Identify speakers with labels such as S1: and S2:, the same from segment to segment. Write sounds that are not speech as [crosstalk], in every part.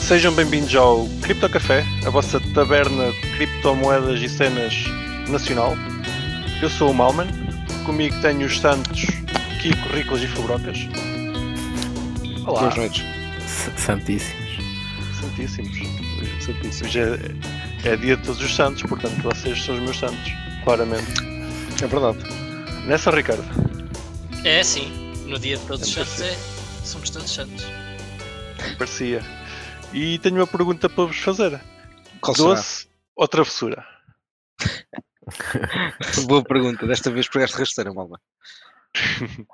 S1: Sejam bem-vindos ao Cripto Café, a vossa taberna de criptomoedas e cenas nacional. Eu sou o Malman, comigo tenho os Santos, Kiko, Ricos e Fubrocas. Olá,
S2: Boas noites.
S3: S- Santíssimos.
S1: santíssimos.
S2: Santíssimo.
S1: Hoje é, é dia de todos os santos, portanto vocês são os meus santos, claramente.
S2: É verdade.
S1: Nessa, Ricardo,
S4: É sim, no dia de todos os
S1: Sempre
S4: santos é, somos todos santos.
S1: parecia. E tenho uma pergunta para vos fazer:
S2: Qual será?
S1: doce ou travessura?
S2: [laughs] Boa pergunta. Desta vez pegaste rasteira, Malma.
S1: [laughs]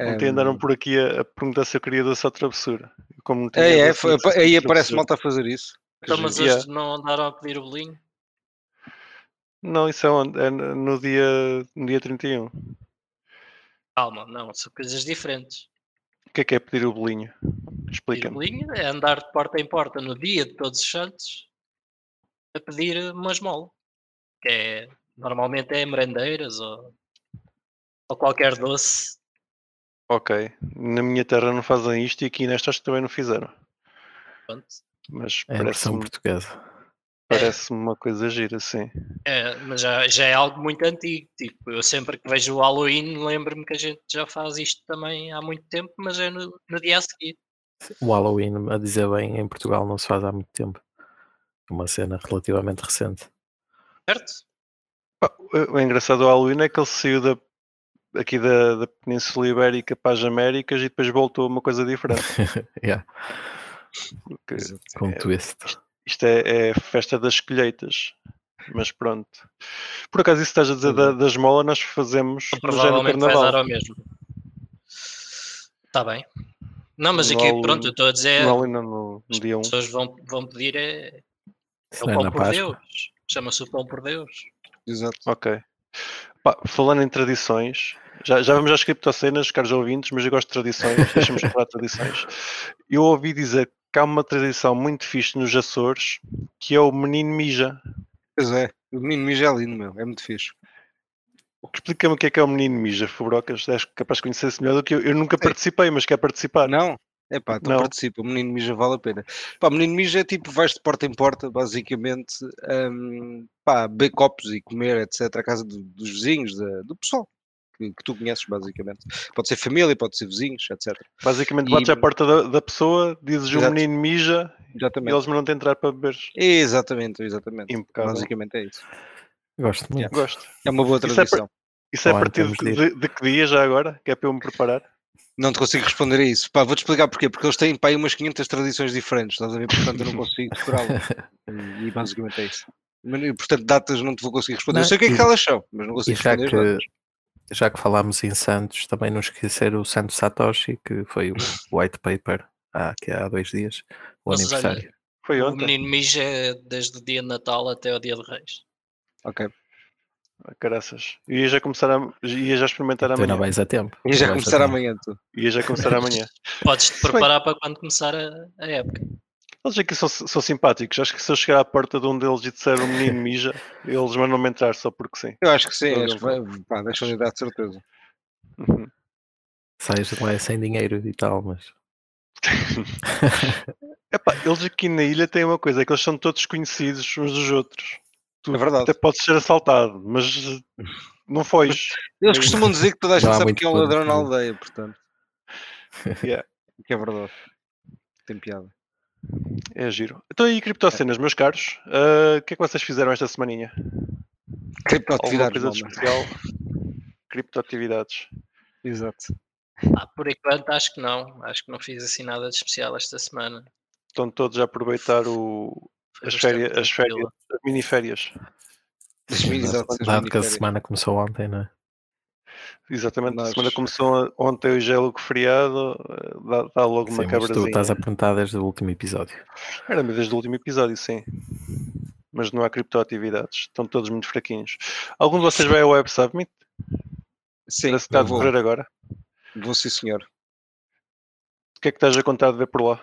S1: Ontem
S2: Ahm,
S1: andaram por aqui a, a perguntar se eu queria doce ou travessura. Eu Como não tinha
S2: É, é,
S1: doce,
S2: foi-
S1: não sei se
S2: aí
S1: é
S2: aparece
S1: travessura.
S2: malta a fazer isso.
S4: Então, mas
S1: giro.
S4: hoje não andaram a pedir o bolinho?
S1: Não, isso é, onde? É no no dia, no dia 31. O
S4: Calma, não, são coisas diferentes.
S1: que é que é pedir o bolinho?
S4: Pedir o
S1: Explica-me.
S4: bolinho é andar de porta em porta no dia de todos os santos a pedir uma esmola. Que é, normalmente é merendeiras ou, ou qualquer doce.
S1: Ok. Na minha terra não fazem isto e aqui nestas também não fizeram.
S4: Pronto.
S1: Mas
S3: É a versão
S1: parece-me
S3: portuguesa.
S1: parece uma coisa gira, sim.
S4: É, mas já, já é algo muito antigo. Tipo, eu sempre que vejo o Halloween lembro-me que a gente já faz isto também há muito tempo, mas é no, no dia a seguir.
S3: O Halloween, a dizer bem, em Portugal não se faz há muito tempo. É Uma cena relativamente recente.
S4: Certo?
S1: O o engraçado do Halloween é que ele saiu da, aqui da, da Península Ibérica para as Américas e depois voltou a uma coisa diferente.
S3: Yeah,
S1: Porque
S3: com um
S1: É,
S3: twist.
S1: isto é, é festa das colheitas. Mas pronto. Por acaso, isso que estás a dizer da, da esmola, nós fazemos no já no
S4: Uhum. Provavelmente vai dar
S1: Carnaval.
S4: ao mesmo. Está bem. Não, mas
S1: No
S4: aqui,
S1: Halloween-
S4: pronto, eu estou a dizer,
S1: No Halloween, não, no, no
S4: as
S1: um dia 1.
S4: pessoas vão, vão pedir é, é
S3: Isso
S4: o
S3: não é na
S4: pão por
S3: Páscoa.
S4: Deus. Chama-se o pão por Deus.
S2: Exato.
S1: Ok. Pá, falando em tradições, já, já vamos às criptocenas, caros ouvintes, mas eu gosto de tradições, deixamos falar de tradições. Eu ouvi dizer que há uma tradição muito fixe nos Açores, que é o menino mija.
S2: Pois é. O menino mija é lindo, meu. É muito fixe.
S1: Explica-me o que é que é o menino mija, Fubrocas, és capaz de conhecer-se melhor do que eu. Eu nunca participei, mas quero participar.
S2: Não? É pá, então
S1: Não.
S2: participa. O menino mija vale a pena. Pá, o menino mija é tipo, vais de porta em porta, basicamente, hum, pá, beber copos e comer, etc. à casa do- dos vizinhos, da- do pessoal que, que tu conheces, basicamente. Pode ser família, pode ser vizinhos, etc.
S1: Basicamente,
S2: E-
S1: bates à porta da, da pessoa, dizes o
S2: Exato.
S1: menino mija e
S2: Exatamente.
S1: eles mandam-te entrar para beberes.
S2: Exatamente, exatamente.
S1: Impecável.
S2: Basicamente é isso.
S3: Gosto muito.
S1: Gosto.
S2: É uma boa
S1: Isso é
S2: tradição.
S1: Isso é a
S3: Olha,
S1: partir
S3: temos
S1: de,
S3: de
S1: de- de que dia já agora? Que é para eu me preparar?
S2: Não te consigo responder a isso. Pá, vou-te explicar porquê. Porque eles têm pá, aí umas 500 tradições diferentes, estás a ver? Portanto, eu não consigo decorá-las. E, e basicamente é isso. Mas, e, Portanto, datas não te vou conseguir responder. eu
S3: Não,
S2: sei o que é que
S3: e-
S2: elas são, mas não
S3: E
S2: consigo
S3: já
S2: responder. as datas.
S3: que, já que falámos em Santos, também não esquecer o Santo Satoshi, que foi o white paper há, que há dois dias, o
S4: Mas olha,
S3: aniversário.
S1: Foi
S4: O
S1: ontem.
S4: Um menino mija é desde o dia de Natal até o dia de Reis.
S2: Ok.
S1: Ah, Caraças. Ia já começar a, ia já experimentar
S3: Tu
S1: amanhã.
S3: Então, não vais a tempo.
S2: E já
S3: Não vais a
S2: começar
S3: tempo.
S2: amanhã tu.
S1: Ia já começar amanhã.
S4: Podes te
S1: bem-
S4: preparar para quando começar a, a época.
S1: Eles aqui são, são simpáticos. Acho que se eu chegar à porta de um deles e disser o menino mija, eles mandam-me entrar só porque sim.
S2: Eu acho que sim,
S1: Não,
S2: acho
S1: não
S2: que vai- pá, deixa-me dar de certeza.
S1: Uhum.
S3: Sais de lá é sem dinheiro e tal, mas.
S1: Epá, eles aqui na ilha têm uma coisa, é que eles são todos conhecidos uns dos outros. Tu
S2: É verdade.
S1: até podes ser assaltado, mas eh, não foges.
S2: Eles costumam dizer que toda a
S3: Não
S2: gente
S3: há
S2: sabe
S3: muito
S2: que é um
S3: plano,
S2: ladrão na
S3: sim.
S2: aldeia, portanto.
S1: Yeah.
S2: O Que é verdade. Tem piada.
S1: É giro. Então aí, criptocenas,
S3: É.
S1: meus caros, ah, o que é que vocês fizeram esta semaninha? Alguma
S2: Criptoatividades,
S1: coisa de
S2: Malman.
S1: especial? Criptoatividades.
S2: Exato.
S4: Ah, por enquanto acho que não. Acho que não fiz assim nada de especial esta semana.
S1: Estão todos a aproveitar o,
S4: Foi
S1: as,
S4: bastante
S1: férias, as férias,
S4: tranquila.
S1: as miniférias.
S2: Exato, seja
S3: Dado que a
S2: minicórdia.
S3: semana começou ontem, não é?
S1: Exatamente, a
S2: Nós-
S1: semana começou a- ontem, hoje é logo feriado, eh, dá, dá logo uma
S3: Sim, mas tu
S1: cabrazinha.
S3: estás a perguntar desde o último episódio.
S1: Era desde o último episódio, sim. Mas não há criptoatividades, estão todos muito fraquinhos. Algum de vocês vai ao Web Summit?
S2: Sim,
S1: Parece que está a
S2: eu vou,
S1: decorrer agora.
S2: vou sim, senhor.
S1: O que é que estás a contar de ver por lá?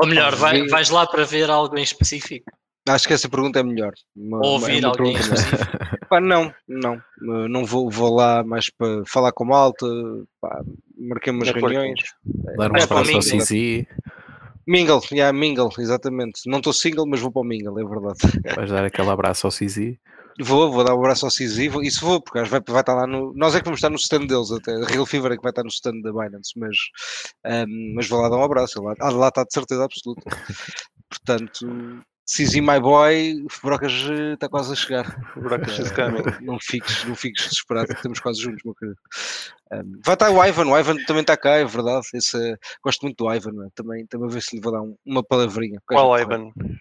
S4: Ou melhor, vai-
S2: vi-
S4: vais lá para ver algo em específico.
S2: Acho que essa pergunta é melhor. Uma-
S4: Ou
S2: uma-
S3: é
S4: ouvir
S2: uma
S4: alguém assim? em
S2: pergunta melhor.
S3: [laughs]
S4: específico.
S2: Pá, não, não. eh, Não vou, vou lá mais para falar com malta, pá, marquei umas
S1: De acordo com
S2: reuniões.
S3: Dar um
S4: É, para
S3: abraço ao
S4: mim,
S3: Zizi,
S2: Mingle, yeah, Mingle, exatamente. Não estou single, mas vou para o Mingle, é verdade.
S3: vais dar aquele abraço ao Zizi.
S2: Vou, vou dar um abraço ao Sisi, vou- isso vou, porque acho que vai, vai estar lá no. Nós é que vamos estar no stand deles até. A Real Fever é que vai estar no stand da Binance, mas, ehm, mas vou lá dar um abraço. ele Lá, ah, lá está de certeza absoluta. Portanto, Sisi, my boy, Brocas eh, está quase a chegar. [laughs]
S1: Brocas is
S2: Eh,
S1: coming.
S2: Não fiques, não fiques desesperado, que estamos quase juntos, meu querido. Ehm, vai estar o Ivan, o Ivan também está cá, é verdade. Esse, eh, gosto muito do Ivan, né? também, também a ver se lhe vou dar um- uma palavrinha. porque acho
S1: Qual
S2: muito porreiro.
S1: Ivan?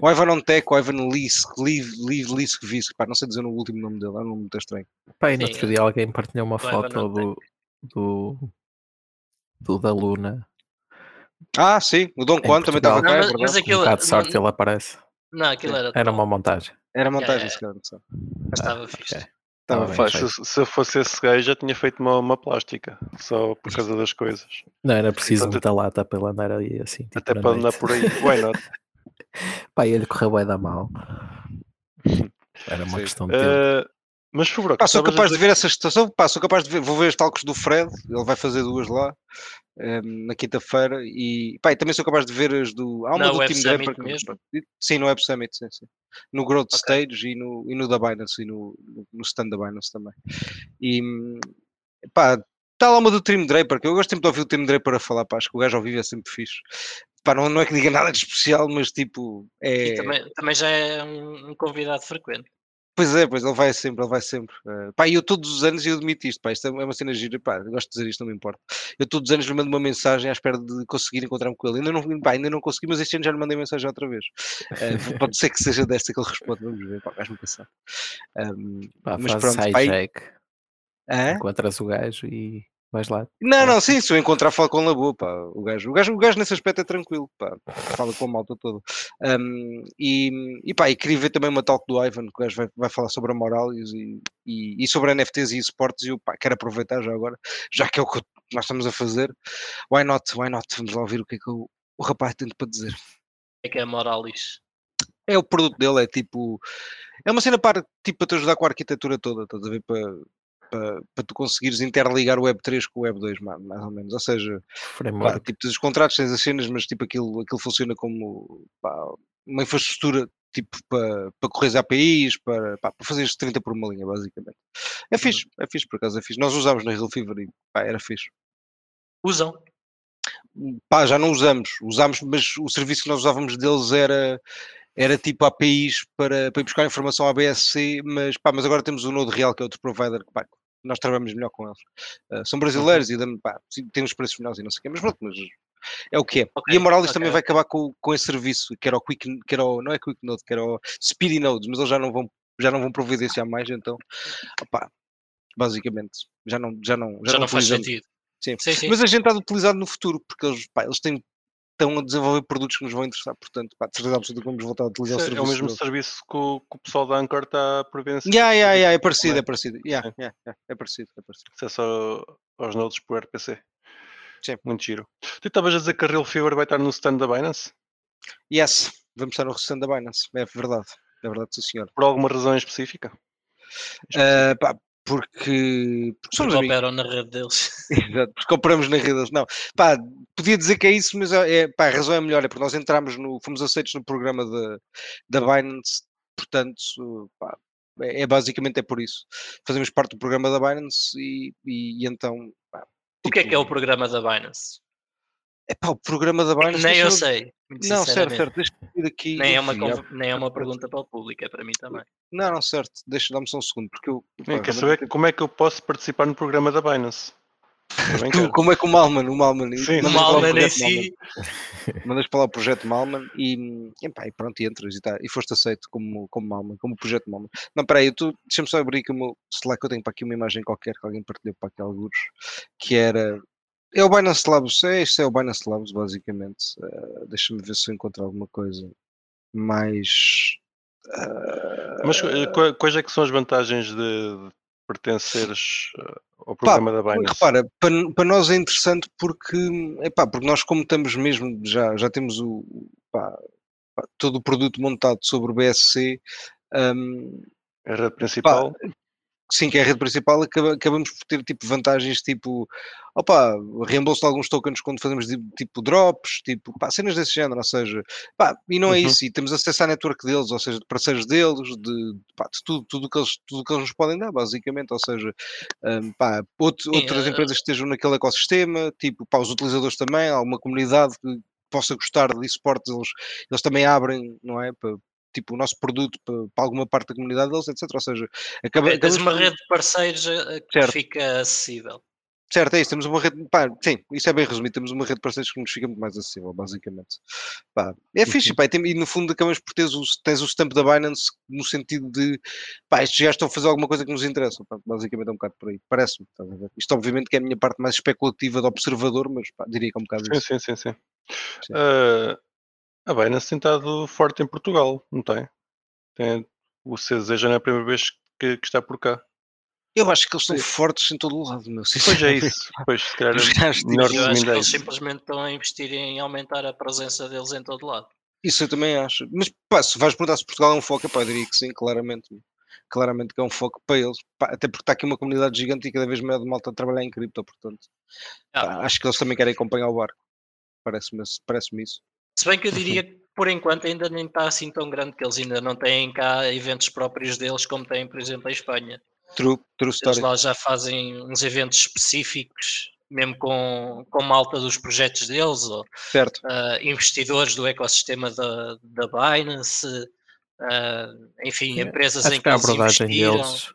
S2: O Ivan Ontec, o Ivan Lisk, Liv, Liv, Lisk, Visk, pá, não sei dizer o último nome dele, é um nome muito estranho.
S3: Pá, e no
S4: Sim,
S3: outro dia alguém partilhou uma
S4: Ivan
S3: foto do, do, do da Luna.
S2: Ah, sim, o Dom Juan também
S3: Portugal.
S2: estava cá, é
S4: Não, mas-
S2: verdade.
S4: mas
S3: Um
S4: aquilo.
S3: bocado de sorte
S4: não-
S3: ele aparece.
S4: Não, aquilo era.
S3: Era
S4: top,
S3: uma montagem.
S2: Era montagem,
S4: é.
S2: se calhar, não sei.
S4: mas Estava fixe.
S3: ok.
S2: Estava bem.
S3: Tá bem.
S1: Pá, se, se eu fosse esse gajo, já tinha feito uma, uma plástica, só por causa das coisas.
S3: Não, era preciso
S1: Portanto,
S3: muita lata para ele andar ali assim. Tipo,
S1: Até
S3: à
S1: para
S3: noite.
S1: andar por aí. Why
S3: [laughs]
S1: not?
S3: Pá, e ele correu bem da mal. Era uma
S2: Sim.
S3: questão de tempo.
S1: Eh, mas, Fubroca,
S2: Pá, sou
S1: estavas a
S2: capaz de
S1: dizer-
S2: ver essa estação, pá, sou capaz de ver, vou ver as talcos do Fred, ele vai fazer duas lá, ehm, na quinta-feira, e, pá, e também sou capaz de ver as do, há uma
S4: Na
S2: do
S4: Web
S2: Team
S4: Summit
S2: Dapper, que-
S4: mesmo?
S2: sim, no Web Summit, sim, sim. no Growth Stage e no, e no da Binance, e no, no- no stand da Binance também, e, hum, pá, está lá uma do Tim Draper, que eu gosto sempre de ouvir o Tim Draper a falar, pá, acho que o gajo ao vivo é sempre fixe, pá, não, não é que diga nada de especial, mas tipo,
S4: E
S2: é...
S4: também, também já é um um convidado frequente.
S2: Pois é, pois ele vai sempre, ele vai sempre. Eh, pá, eu todos os anos, eu admito isto, pá, isto é uma cena gira, pá, eu gosto de dizer isto, não me importa. Eu todos os anos lhe mando uma mensagem à espera de conseguir encontrar-me com ele. Ainda não, pá, ainda não consegui, mas este ano já lhe mandei mensagem outra vez. Eh, v- pode ser que seja desta que ele responde, vamos ver, pá, vais-me passar. Ahm,
S3: Pá,
S2: mas
S3: faz
S2: pronto, é? pá, e-
S3: hijack,
S2: hã?
S3: encontras o gajo e vais lá.
S2: Não, não, sim, se eu encontrar, falo com ele na boa, pá. O gajo, o gajo, o gajo nesse aspecto é tranquilo, pá. Fala com a malta toda. Ahm, e, e pá, e queria ver também uma talk do Ivan, que o gajo vai, vai falar sobre a moral e, os- e- e- e sobre NFTs e esportes. E eu, pá, quero aproveitar já agora, já que é o que nós estamos a fazer. Why not, why not? Vamos lá ouvir o que é que o, o rapaz tem para dizer
S4: É que é Moralis.
S2: é o produto dele, é tipo. É uma cena para, tipo, para te ajudar com a arquitetura toda, estás a ver? Para, para, para tu conseguires interligar o Web 3 com o Web 2, ma- mais ou menos. Ou seja, pá,
S3: Framework.
S2: tipo, tens os contratos, tens as cenas, mas tipo, aquilo, aquilo funciona como pá, uma infraestrutura tipo, para, para correr APIs, para, pá, para fazeres 30 por uma linha, basicamente. É fixe, é fixe, por acaso é fixe. Nós usámos na Real Fever e pá, era fixe.
S4: Usam.
S2: Pá, já não usamos, usámos, mas o serviço que nós usávamos deles era, era tipo APIs para, para ir buscar informação à BSC, mas, pá, mas agora temos o Node Real, que é outro provider, que pá, nós trabalhamos melhor com eles. Ah, são brasileiros e damos, pá, sim, temos preços melhores e não sei o quê, mas pronto, mas é o que é.
S4: Ok,
S2: e a Moralis
S4: ok,
S2: também vai acabar com, com esse serviço, que era o Quick, que era o, não é Quick Node, que era o Speedy Nodes, mas eles já não vão, já não vão providenciar mais, então, opá, basicamente, já não, já não,
S4: Já, não faz
S2: utilizamos.
S4: sentido.
S2: Sim.
S4: sim. sim.
S2: Mas a gente há de utilizar no futuro, porque eles, pá, eles têm, estão a desenvolver produtos que nos vão interessar, portanto, pá, de certeza absoluta que vamos voltar a utilizar o
S1: Isso É o
S2: serviço.
S1: mesmo
S2: deles.
S1: serviço que o, que o pessoal da Anchor está a prevenção.
S2: Yeah, yeah, yeah, é parecido, é parecido. Yeah, yeah, yeah, é parecido, é parecido.
S1: Acesso ao- aos nodes por RPC.
S2: Sim.
S1: Muito giro. Tu estavas a dizer que a Real Fever vai estar no stand da Binance?
S2: Yes, vamos estar no stand da Binance, é verdade, é verdade, sim senhor.
S1: Por alguma razão em específica?
S2: Ah, pá, porque, porque somos
S4: Porque
S2: amigos,
S4: operam na rede deles. [laughs]
S2: exato, porque compramos na rede deles. Não, pá, podia dizer que é isso, mas é, é- pá, a razão é melhor, é porque nós entramos no, fomos aceitos no programa da, da Binance, portanto, pá, é, é basicamente é por isso. Fazemos parte do programa da Binance e, e, e então. pá,
S4: O que é que é
S2: tipo,
S4: o programa da Binance?
S2: epá, o programa da Binance?
S4: Nem eu
S2: deixa-me-
S4: sei. muito
S2: Não, certo,
S4: sinceramente.
S2: certo, deixa-me ir aqui.
S4: Nem é,
S2: eu
S4: uma
S2: vi,
S4: conv-
S2: ah,
S4: nem é uma pergunta para o público, é para mim também.
S2: Não, não, certo, deixa-me dar-me só um segundo, porque eu.
S1: Eu
S2: pá,
S1: quero
S2: realmente
S1: saber como é que eu posso participar no programa da Binance. Tá Também
S2: Tu,
S1: quero.
S2: [laughs] como é que o Malman, o Malman,
S1: Sim,
S4: O
S1: Não,
S2: mandas
S1: mas
S2: para lá o
S4: Malman em
S2: projeto Malman.
S4: si,
S2: mandas para lá o projeto Malman e, epá, e pronto, e entras e, tá, e foste aceito como, como Malman, como projeto Malman. Não, peraí, tu deixa-me só abrir aqui o meu Slack, que eu tenho para aqui uma imagem qualquer que alguém partilhou para aqui alguns, que era. É o Binance Labs, é isto é o Binance Labs, basicamente. Eh, Deixa-me ver se eu encontro alguma coisa mais. eh,
S1: Mas eh, qua- quais é que são as vantagens de, de pertenceres eh, ao programa da
S2: Pois,
S1: Binance?
S2: é Repara, para, n- para nós é interessante porque, epá, porque nós como estamos mesmo, já, já temos o, o- pá, pá, todo o produto montado sobre o BSC, hum,
S1: a rede É principal
S2: Sim, que é a rede principal, acaba- acabamos por ter tipo vantagens tipo opa, reembolso de alguns tokens quando fazemos di- tipo drops, tipo pá, cenas desse género, ou seja, pá, e não é
S1: Uhum.
S2: isso, e temos acesso à network deles, ou seja, de parceiros deles, de, pá, de tudo, tudo o que eles, tudo o que eles nos podem dar, basicamente, ou seja, hum, pá, outro-
S4: Sim,
S2: outras
S4: eh,
S2: empresas que estejam naquele ecossistema, tipo pá, os utilizadores também, alguma comunidade que possa gostar de esportes, eles, eles também abrem, não é? Para, tipo o nosso produto para, para alguma parte da comunidade deles, etc. Ou seja, acaba,
S4: É,
S2: acabamos
S4: tens uma
S2: por-
S4: rede de parceiros eh, que
S2: Certo.
S4: fica acessível.
S2: Certo, é isso. Temos uma rede. Pá, sim, isso é bem resumido. Temos uma rede de parceiros que nos fica muito mais acessível, basicamente. Pá,
S1: Uhum.
S2: é fixe, pá, e, tem- e no fundo acabamos por teres o, tens o stamp da Binance no sentido de pá, estes gajos estão a fazer alguma coisa que nos interessa. Pá, basicamente é um bocado por aí. Parece-me. estás a ver? Isto, obviamente, que é a minha parte mais especulativa de observador, mas pá, diria que é um bocado
S1: Sim,
S2: isso.
S1: sim, sim. sim.
S2: Sim.
S1: Ah, a Binance tem estado forte em Portugal, não tem? Tem- o CZ já não é a primeira vez que, que está por cá.
S2: Eu acho que eles são fortes em todo o lado, meu.
S1: Pois é isso. Pois, se calhar,
S2: [laughs] Os gajos, tipo,
S1: melhor
S4: Eu acho que
S1: resumindo é
S4: eles
S1: isso.
S4: simplesmente estão a investir em aumentar a presença deles em todo lado.
S2: Isso eu também acho. Mas pá, se vais perguntar se Portugal é um foco, pá, eu diria que sim, claramente. meu. Claramente que é um foco para eles. Pá, até porque está aqui uma comunidade gigante e cada vez mais de malta a trabalhar em cripto, portanto.
S4: Ah,
S2: pá, acho que eles também querem acompanhar o barco. Parece-me esse- parece-me isso.
S4: Se bem que eu diria que por enquanto ainda nem está assim tão grande que eles ainda não têm cá eventos próprios deles como têm, por exemplo, em Espanha.
S2: True, true
S4: Eles
S2: story.
S4: lá já fazem uns eventos específicos, mesmo com, com malta dos projetos deles, ou
S2: Certo.
S4: ah, investidores do ecossistema da, da Binance, ah, enfim,
S3: É,
S4: empresas em
S3: Acho
S4: que
S3: que a
S4: eles
S3: abordagem
S4: investiram.
S3: deles.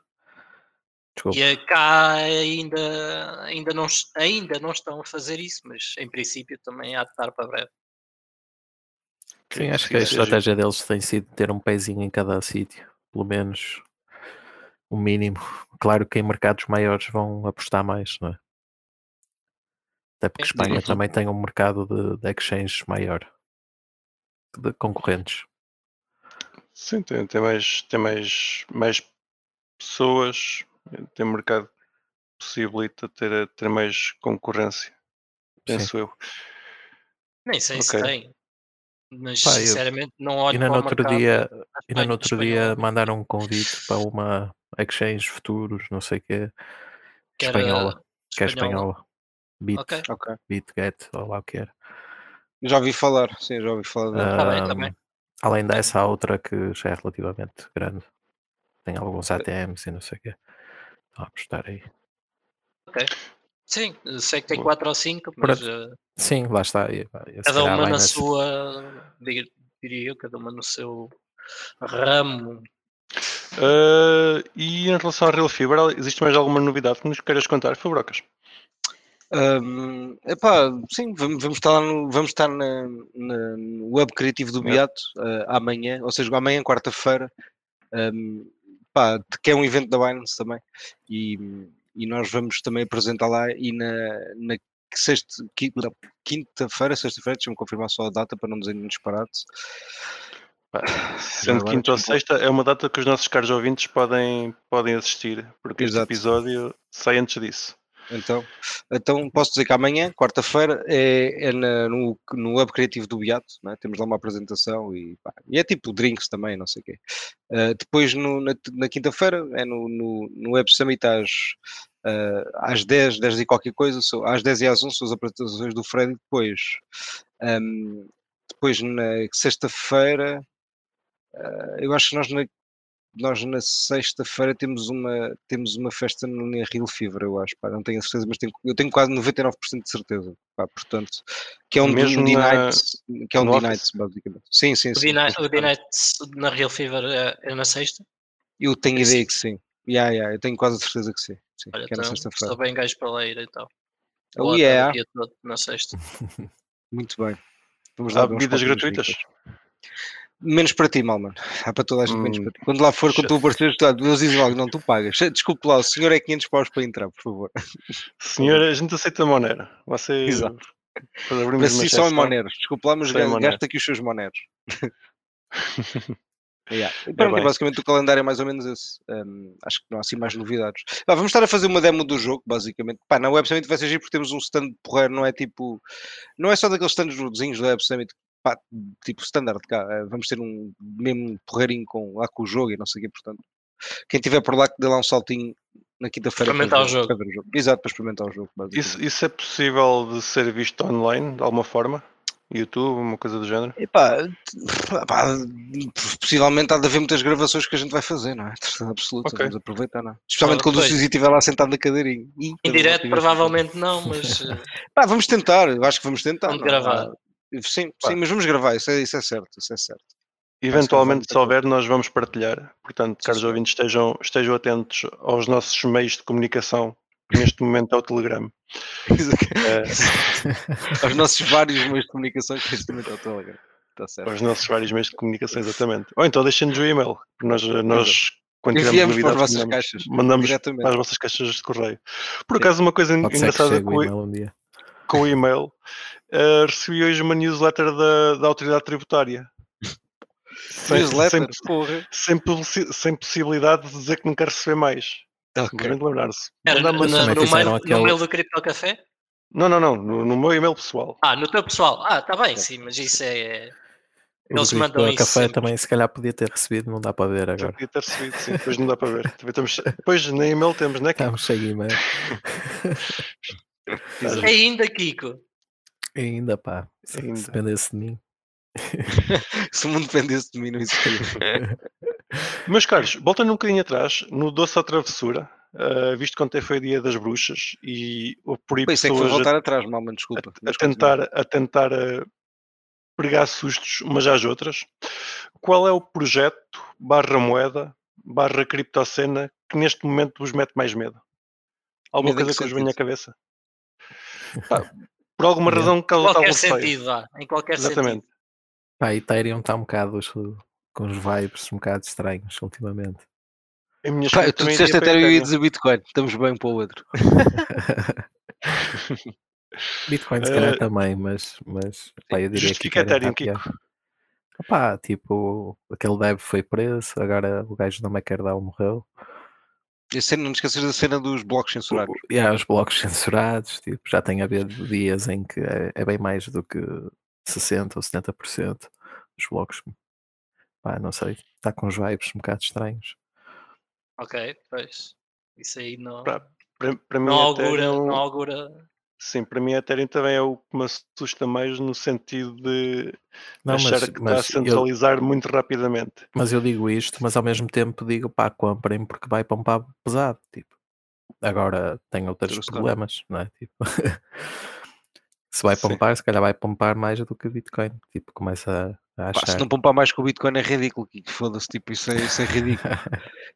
S3: Desculpa.
S4: E eh, cá ainda, ainda, não, es- ainda não estão a fazer isso, mas em princípio também há de estar para breve.
S3: Sim, acho
S1: Sim,
S3: que a
S1: sim, sim.
S3: estratégia deles tem sido ter um pezinho em cada sítio, pelo menos o mínimo. Claro que em mercados maiores vão apostar mais, não é? Até porque
S4: Sim.
S3: Espanha
S1: Uhum.
S3: também tem um mercado de, de exchanges maior de concorrentes.
S1: Sim, tem, tem mais, tem mais, mais pessoas, eh, tem mercado que possibilita ter, ter mais concorrência, penso eu.
S4: Nem sei se
S1: Ok.
S4: tem. Mas
S3: Pá, eu-
S4: sinceramente não olho
S3: Ainda no
S4: para o
S3: outro
S4: mercado.
S3: dia,
S4: da
S3: ainda no
S4: Espanha é
S3: outro dia
S4: espanhola,
S3: mandaram um convite para uma exchange futuros, não sei o quê,
S4: que era
S3: espanhola, que é
S4: espanhola.
S3: espanhola. Bit,
S4: eh, Ok.
S2: Ok.
S3: BitGet, ou lá o que é. era.
S2: Já ouvi falar, sim, já ouvi falar. dele.
S4: Tá bem, tá
S3: Ahm,
S4: bem.
S3: Além dessa, há outra que já é relativamente grande. Tem
S4: Eh,
S3: alguns ATMs e não sei o quê. Estão a apostar aí.
S4: Sim, eu sei que tem
S1: Boa.
S4: 4 ou 5, mas eh,
S3: Sim, lá está. e- e se
S4: cada
S3: calhar
S4: uma
S3: vai
S4: na
S3: nesse-
S4: sua, dir- diria eu, cada uma no seu ramo.
S1: Ah, e em relação à Real Fibra, existe mais alguma novidade que nos queiras contar, Fabrocas?
S2: Ahm, epá, sim, vamos, vamos estar, lá no, vamos estar na, na- no Web Criativo do
S1: Yeah.
S2: Beato ah, amanhã, ou seja, amanhã, quarta-feira, ahm, pá, de- que é um evento da Binance também, e, e nós vamos também apresentar lá e na, na sexta- qui- não, quinta-feira, sexta-feira, deixa-me confirmar só a data para não dizer nenhum disparate.
S1: Sendo
S2: agora,
S1: quinta ou
S2: desculpa.
S1: sexta, é uma data que os nossos caros ouvintes podem, podem assistir, porque
S2: Exato.
S1: este episódio sai antes disso.
S2: Então, então posso dizer que amanhã, quarta-feira, é, é na- no, no Web Criativo do Beato, né? temos lá uma apresentação e, pá, e é tipo drinks também, não sei o quê. Ah, depois, no- na, na quinta-feira, é no, no, no Web Summit às, ah, às 10, 10 e qualquer coisa, são- às 10 e às 11 são as apresentações do Fred e depois, ahm, depois na sexta-feira, ah, eu acho que nós na nós na sexta-feira temos uma, temos uma festa no na Real Fever, eu acho, pá, não tenho a certeza, mas tenho, eu tenho quase 99% de certeza, pá, portanto, que é um
S1: Mesmo
S2: Mesmo D
S1: na-
S2: Nights, que é um
S1: no
S2: D
S1: office?
S2: Nights, basicamente. Sim, sim,
S4: O
S2: sim.
S4: D-Night
S2: sim,
S4: o D-Night na Real Fever é- é na sexta?
S1: É
S2: Eu tenho a
S1: assim
S2: ideia que sim. Yeah, yeah, eu tenho quase a certeza que sim. sim
S4: Olha,
S2: que é na
S4: então,
S2: sexta-feira.
S4: estou bem gajo para lá ir então.
S2: Oh,
S4: Boa tarde,
S2: yeah.
S4: dia todo, na sexta.
S2: Muito bem. Vamos lá
S1: Há
S2: ver uns
S1: bebidas
S2: copinhos
S1: gratuitas?
S2: ricas. Menos para ti, Malman. [laughs] Há para toda a gente menos
S1: Hum,
S2: para ti. Quando lá for, quando tu
S1: shit.
S2: apareceres, tu- eles dizem logo, não, tu pagas. [laughs] Desculpe lá, o senhor é 500 paus para entrar, por favor.
S1: Senhora, a gente aceita Monero. Você. um
S2: Exato.
S1: Quando abrimos uma
S2: Mas é sim, só em
S1: exceção-
S2: Moneros. Desculpe lá, mas
S1: Só em
S2: ga-
S1: Moneros.
S2: gasta aqui os seus Moneros.
S1: [laughs]
S2: Yeah. E pronto, e
S1: bem.
S2: basicamente o calendário é mais ou menos esse. Um, acho que não há assim mais novidades. Ah, vamos estar a fazer uma demo do jogo, basicamente. Pá, na Web Summit vai ser giro porque temos um stand porreiro, não é tipo. Não é só daqueles stands rodozinhos da Web Summit, é? pá, Ah, um tipo standard cá. Eh, Vamos ter um mesmo porreirinho com, lá com o jogo e não sei o quê, portanto. Quem tiver por lá que dê lá um saltinho na quinta-feira. para
S4: Experimentar
S2: ver-
S4: o jogo.
S2: para ver Exato, para experimentar o jogo. basicamente.
S1: Isso, isso é possível de ser visto online, de alguma forma? YouTube, uma coisa do género?
S2: Epá, t- pá, possivelmente há de haver muitas gravações que a gente vai fazer, não é? [laughs] Certeza absoluta,
S1: Ok.
S2: vamos aproveitar, não é? Especialmente quando o
S4: depois.
S2: Suzy estiver lá sentado na cadeirinha. Ih,
S4: Em
S2: cada um
S4: direto,
S2: opinião.
S4: provavelmente não,
S3: [laughs]
S4: mas eh,
S2: Pá, vamos tentar, eu acho que vamos tentar.
S4: Vamos
S2: não é?
S4: gravar.
S2: Sim, sim, mas vamos gravar, isso é, isso é certo, isso é certo. [laughs]
S1: Eventualmente,
S2: Acho que
S1: se houver, nós vamos partilhar. Portanto, caros
S2: sim.
S1: ouvintes, estejam, estejam atentos aos nossos meios de comunicação, que neste momento é o Telegram.
S2: [laughs]
S1: Eh,
S2: Aos nossos vários meios de comunicação que neste momento é o Telegram. Está certo.
S1: aos nossos vários meios de comunicação, exatamente. Ou então deixem-nos o e-mail, que nós, eh, nós quando tivermos
S2: Enviamos para as
S1: novidades,
S2: vossas
S1: mandamos,
S2: caixas.
S1: mandamos
S2: diretamente.
S1: para as vossas caixas de correio. Por acaso, uma coisa
S3: Pode ser que
S1: engraçada
S3: chegue
S1: com
S3: o
S1: o,
S3: e-mail um dia.
S1: com o e-mail, eh, recebi hoje uma newsletter da, da Autoridade Tributária. Sem,
S2: Newsletter,
S1: sem,
S2: porra.
S1: sem possi- sem possibilidade de dizer que não quer receber mais.
S2: Ok.
S1: Devem de lembrar-se.
S4: era no,
S1: Mandar-me-
S3: Eles também
S4: no
S3: fizeram
S4: mail,
S3: aquele-
S4: no mail do Cripto Café?
S1: Não, não, não. No, no meu e-mail pessoal.
S4: Ah, no teu pessoal. Ah, tá bem, sim, mas isso é. Eles
S3: O Rui
S4: mandam
S3: do
S4: isso
S3: café
S4: sempre.
S3: também, se calhar podia ter recebido, não dá para ver
S1: Já
S3: agora.
S1: podia ter recebido, sim. Depois não dá para ver. Também estamos- Depois nem e-mail temos, né?
S2: Tá
S1: Cam?
S3: [laughs] Estamos sem e-mail.
S1: Estás a ver?
S4: Ainda, Kiko.
S3: Ainda pá, se
S1: Ainda.
S3: dependesse de mim.
S2: [laughs] Se o mundo dependesse de mim,
S1: [laughs]
S2: não existia.
S1: Meus caros, voltando um bocadinho atrás, no Doce à Travessura, ah, visto que ontem foi o dia das bruxas e houve por aí
S2: Pá, Isso é que foi
S1: pessoas a-
S2: voltar atrás, Malman, desculpa.
S1: a,
S2: é?
S1: tentar, a tentar ah, pregar sustos umas às outras, qual é o projeto barra moeda barra criptocena que neste momento vos mete mais medo? Alguma
S2: Medo em
S1: coisa
S2: que
S1: que vos venha à
S2: sentido?
S1: cabeça? Pá, por alguma
S3: Yeah.
S1: razão
S4: Em
S1: causa algum
S4: qualquer
S1: receio.
S4: sentido, vá. Em qualquer
S1: então, Exatamente.
S4: sentido.
S3: [laughs] Pá, Ethereum está um bocado os- com os vibes um bocado estranhos ultimamente.
S1: A minha
S2: Pá,
S1: escolha
S2: tu
S1: também
S2: disseste
S1: iria para
S2: até eu ia
S1: Ethereum.
S2: dizer Bitcoin, estamos bem um para o outro.
S3: Bitcoin se
S1: Eh,
S3: calhar também, mas, mas pá, eu diria
S1: Justifica
S3: que
S1: Ethereum,
S3: está pior. Opá, tipo, aquele dev foi preso, agora o gajo da MakerDAO morreu.
S2: E a cena, não te esqueças da cena dos blocos censurados.
S3: E há os blocos censurados, tipo, já tem havido dias em que é, é bem mais do que 60% ou 70% dos blocos. Pá, não sei, está com os vibes um bocado estranhos.
S4: Ok, pois. Isso aí não.
S1: Pra- Para, para mim,
S4: Não augura,
S1: Ethereum-
S4: não augura.
S1: Sim, para mim a Ethereum também é o que me assusta mais no sentido de
S3: Não,
S1: achar
S3: mas,
S1: que tá está a
S3: mas, eu,
S1: centralizar muito rapidamente.
S3: mas eu digo isto, mas ao mesmo tempo digo, pá, comprem porque vai pampar pesado, tipo. Agora tem outros
S2: Trouxe conta.
S3: problemas, não é? Tipo, [laughs] se vai
S1: Sim.
S3: pampar, se calhar vai pampar mais do que Bitcoin. Tipo, começa a, a
S2: Pá, se
S3: achar.
S2: não poupar mais com o Bitcoin é ridículo, Kiko, foda-se, tipo, isso é, isso é ridículo.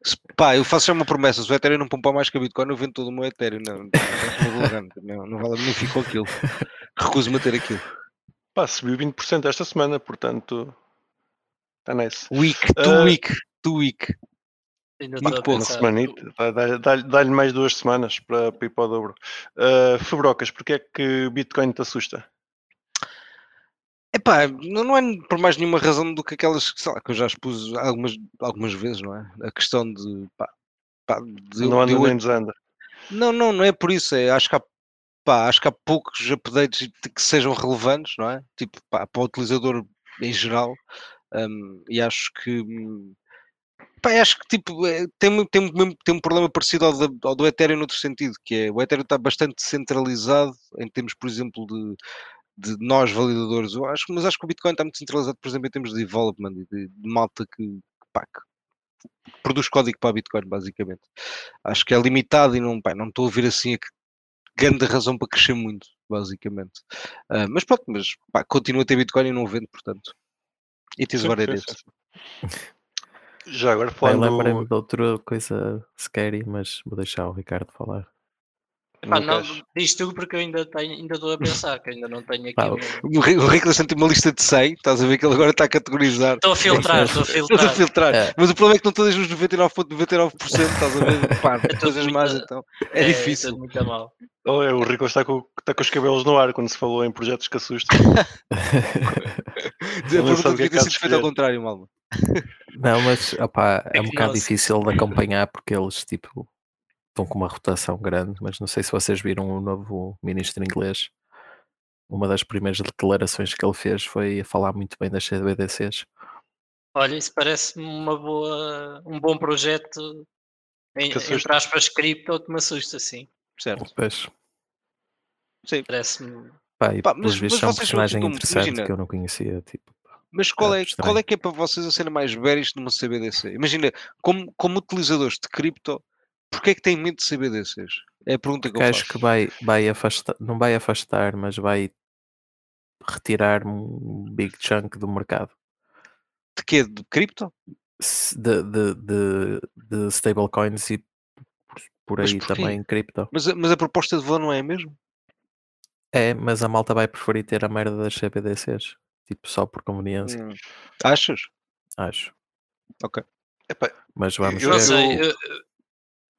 S2: Se- pá, eu faço já uma promessa, se o Ethereum não poupar mais que o Bitcoin, eu vendo todo o meu Ethereum, não, não, não, vou largar, não, não vale, nem ficou aquilo. Recuso-me a ter aquilo.
S1: Pá, subiu 20% esta semana, portanto está nice.
S2: Weak,
S1: Ah.
S2: too weak, too week.
S4: Ainda
S2: Muito
S4: estou a
S2: pouco.
S1: Uma
S4: pensar.
S1: semanita, dá- dá- dá-lhe dá-lhe mais duas semanas para, para ir para o dobro. Ah, Fabrocas, porque é que Bitcoin te assusta?
S2: Epá, não, não é por mais nenhuma razão do que aquelas que, sei lá, que eu já expus algumas, algumas vezes, não é? A questão de. Pá, pá, de eu-
S1: não anda
S2: de eu-
S1: nem desanda.
S2: não, não, não é por isso. é, acho, que há, pá, acho que há poucos updates de- que sejam relevantes, não é? Tipo, pá, para o utilizador em geral. hum, e acho que. hum, Pá, acho que tipo, é, tem, mu- tem, mu- mesmo- tem um problema parecido ao, da- ao do Ethereum noutro sentido, que é o Ethereum está bastante centralizado em termos, por exemplo, de, de nós validadores, eu acho, mas acho que o Bitcoin está muito centralizado, por exemplo, em termos de development e de, de malta que, que, pá, que produz código para a Bitcoin, basicamente. Acho que é limitado e não, pá, não estou a ouvir assim a que- grande razão para crescer muito, basicamente. Ah, mas pronto, mas pá, continua a ter Bitcoin e não o vendo, portanto. E tens
S1: Sim,
S2: agora é
S1: sim,
S2: desse.
S1: sim, [laughs] sim. Já agora
S3: Pá, eu
S1: falando.
S3: lembrei-me de outra coisa scary, mas vou deixar o Ricardo falar.
S4: Pá,
S1: não
S4: não,
S1: queres?
S4: diz tu porque eu ainda tenho, ainda estou a pensar, que ainda não tenho aqui.
S3: Pá,
S4: um-
S2: O Ri- o Rico deixa uma lista de 100, estás a ver que ele agora está a categorizar.
S4: Estou a filtrar,
S3: eu-
S4: estou a
S2: Estás a
S4: filtrar.
S2: filtrar.
S3: É.
S2: Mas o problema é que não todas nos 99,99%, estás a ver? Pá, coisas
S4: muito-
S2: mais então. É,
S4: tudo
S2: difícil.
S4: muito a mal.
S1: Oh, é, o Rico está com, está com os cabelos no ar quando se falou em projetos que assustam.
S2: A
S1: Não
S2: pergunta
S1: sabe o que é
S2: devia
S1: que
S2: ter
S1: há de
S2: sido feita
S1: escolher.
S2: ao contrário, Malma.
S3: Não, mas opá, é um
S4: que
S3: bocado
S4: nós-
S3: difícil de acompanhar porque eles tipo estão com uma rotação grande, mas não sei se vocês viram o novo ministro inglês. Uma das primeiras declarações que ele fez foi a falar muito bem das CBDCs.
S4: Olha, isso parece-me uma boa, um bom projeto, em,
S1: Que assusta.
S4: entre aspas, cripto, que me assusta, sim.
S2: Certo.
S3: Pois.
S4: Parece-me.
S3: Pá, e
S2: Pá,
S3: pelos
S2: mas-
S3: vistos
S2: mas
S3: é um
S2: vocês não
S3: personagem
S2: ficam-
S3: interessante
S2: imagina.
S3: que eu não conhecia. Tipo,
S2: Mas qual
S3: Ah,
S2: é,
S3: estranho.
S2: qual é que é para vocês a cena mais bearish numa CBDC? Imagina, como, como utilizadores de cripto, porquê é que têm medo de CBDCs? É a pergunta que
S3: que
S2: eu
S3: acho
S2: faço.
S3: que vai, vai afastar, não vai afastar, mas vai retirar um big chunk do mercado
S2: De quê? De cripto?
S3: Se- de, de, de, de stablecoins e por, por
S2: Mas
S3: aí
S2: porquê?
S3: também cripto.
S2: Mas, a- mas a proposta de valor não é a mesma?
S3: É, mas a malta vai preferir ter a merda das CBDCs, tipo só por conveniência,
S2: Hum. Achas?
S3: acho.
S2: Ok.
S1: Epá,
S3: Mas vamos
S1: eu
S4: Não
S3: ver.
S4: sei,
S1: eu-
S4: eu,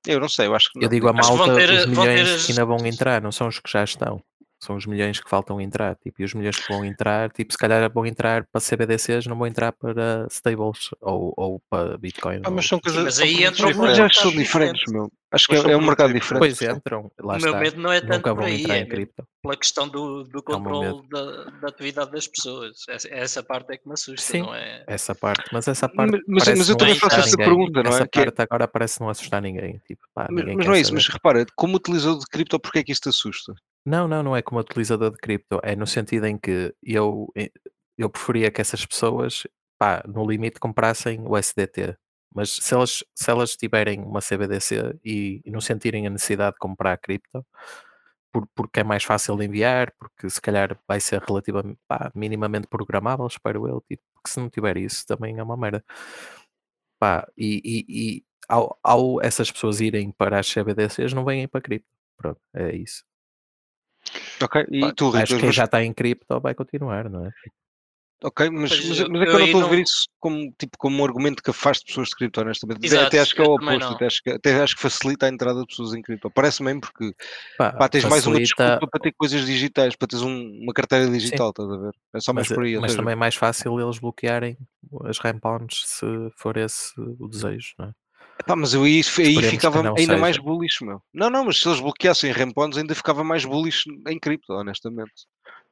S2: Eu não sei, eu acho que não.
S3: Eu digo a
S4: Acho que vão
S3: malta,
S4: ter-
S3: os
S4: vão ter
S3: milhões
S4: as-
S3: que ainda vão entrar, não são os que já estão. São os milhões que faltam entrar. Tipo, e os milhões que vão entrar, tipo, se calhar vão entrar para CBDCs, não vão entrar para stables ou, ou para Bitcoin.
S2: Ah,
S1: pá, mas
S3: ou-
S1: são coisas.
S4: mas
S1: são
S4: aí
S1: produtos
S4: entra o
S1: diferentes.
S2: Mas
S4: mercado
S2: acho que são
S4: diferente.
S2: diferentes, meu. Acho que
S1: Mas
S2: é,
S1: são
S2: é um mercado
S1: produtos
S2: diferente.
S3: Pois
S2: sim.
S3: entram, lá
S4: o meu
S3: está.
S4: medo não é
S3: Nunca
S4: tanto por
S3: vão
S4: aí,
S3: entrar
S4: é
S3: em cripto.
S4: pela questão do, do
S3: É o meu medo.
S4: controle da, da atividade das pessoas. Essa, essa parte é que me assusta,
S3: Sim.
S4: não é?
S3: Essa parte, mas essa
S2: Mas,
S3: parte.
S2: mas
S3: parece
S2: eu
S3: não
S2: também
S4: assustar
S2: faço essa
S3: ninguém.
S2: pergunta, não
S3: Essa
S2: é? Que é-
S3: parte agora parece não assustar ninguém. Tipo, pá,
S2: mas,
S3: ninguém
S2: mas
S3: quer
S2: não é isso,
S3: saber.
S2: mas repara, como utilizador de cripto, porquê é que isso te assusta?
S3: Não, não, não é como utilizador de cripto. É no sentido em que eu, eh, eu preferia que essas pessoas, pá, no limite, comprassem o SDT. Mas se elas, se elas tiverem uma CBDC e, e não sentirem a necessidade de comprar a cripto, por- porque é mais fácil de enviar, porque se calhar vai ser relativamente, pá, minimamente programável, espero eu, tipo, porque se não tiver isso também é uma merda. Pá, e, e- e ao, ao essas pessoas irem para as CBDCs, não vêm para a cripto. Pronto, é isso
S2: Ok? E tu, Rita,
S3: acho que quem
S2: mas,
S3: já está em cripto vai continuar, não é?
S2: ok, mas,
S4: Pois,
S2: mas,
S4: eu-
S2: mas é que eu
S4: eu
S2: não
S4: aí
S2: estou a ver
S4: não-
S2: isso como, tipo, como um argumento que afaste pessoas de cripto, honestamente.
S4: Exato,
S2: até acho que é
S4: eu
S2: o
S4: também
S2: oposto,
S4: não.
S2: até acho, que, até acho que facilita a entrada de pessoas em cripto. Parece mesmo porque
S3: Pá,
S2: pá, tens mais uma
S3: Ah, facilita,
S2: desculpa para ter coisas digitais, para teres um- uma carteira digital, estás a ver? É só mais
S3: mas,
S2: por aí. ou
S3: mas
S2: seja,
S3: também é mais fácil eles bloquearem as rampones se for esse o desejo, não é?
S2: Pá, mas eu aí, aí
S3: Esperemos que
S2: ficava
S3: não
S2: ainda mais
S3: seja.
S2: bullish, meu. Não, não, mas se eles bloqueassem rampones ainda ficava mais bullish em cripto, honestamente.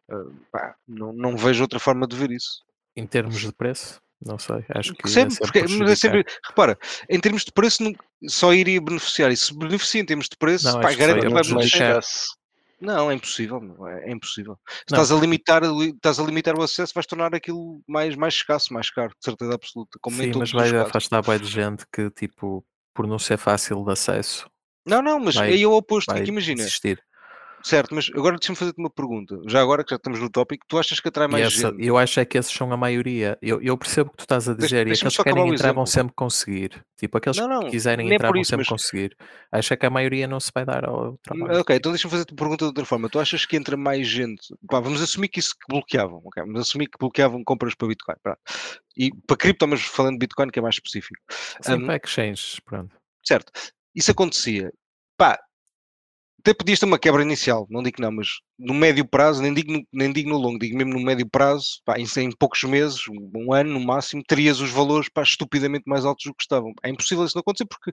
S2: Ah, pá, não, não vejo outra forma de ver isso.
S3: Em termos de preço, não sei. Acho que ia
S2: Sempre,
S3: sempre
S2: porque, mas é
S3: prejudicar.
S2: sempre, repara, em termos de preço nunca- só iria beneficiar. E se beneficia em termos de preço,
S3: Não, é
S2: pá,
S3: acho que só
S2: garanto
S3: ia
S2: que vai
S1: Mas
S3: prejudicar.
S2: beneficiar.
S1: esquece.
S2: Não, é impossível, meu, é, é impossível. Se
S3: Não,
S2: estás a,
S3: porque-
S2: limitar, ali- estás a limitar o acesso, vais tornar aquilo mais, mais escasso, mais caro, de certeza absoluta. Como em
S3: Sim, mas
S2: todos
S3: vai
S2: os casos.
S3: afastar bem de gente que, tipo, por não ser fácil de acesso,
S2: Não, não, mas
S3: Vai-
S2: aí é o oposto, é
S3: vai
S2: que imagina.
S3: desistir.
S2: Certo, mas agora deixa-me fazer-te uma pergunta. Já agora que já estamos no tópico, tu achas que atrai
S3: E
S2: mais
S3: essa-
S2: gente?
S3: eu acho é que esses são a maioria. Eu, eu percebo o que tu estás a
S2: Deixa-
S3: dizer. e
S2: deixa-me
S3: aqueles
S2: só
S3: que
S2: acabar
S3: querem
S2: o
S3: entrar vão
S2: exemplo.
S3: sempre conseguir. Tipo, aqueles
S2: Não, não,
S3: que quiserem
S2: nem é
S3: entrar
S2: por
S3: vão
S2: isso,
S3: sempre
S2: mas-
S3: conseguir. Acho é que a maioria não se vai dar ao trabalho.
S2: Ok, então deixa-me fazer-te uma pergunta de outra forma. Tu achas que entra mais gente? Pá, vamos assumir que isso que bloqueavam, ok? Vamos assumir que bloqueavam compras para Bitcoin. pá. E para cripto, mas falando de Bitcoin, que é mais específico.
S3: Sim,
S2: Hum,
S3: para exchanges, pronto.
S2: certo, isso acontecia. Pá, até podias ter uma quebra inicial, não digo que não, mas no médio prazo, nem digo no, nem digo no longo, digo mesmo no médio prazo, pá, isso em poucos meses, um, um ano no máximo, terias os valores pá, estupidamente mais altos do que estavam. É impossível isso não acontecer porque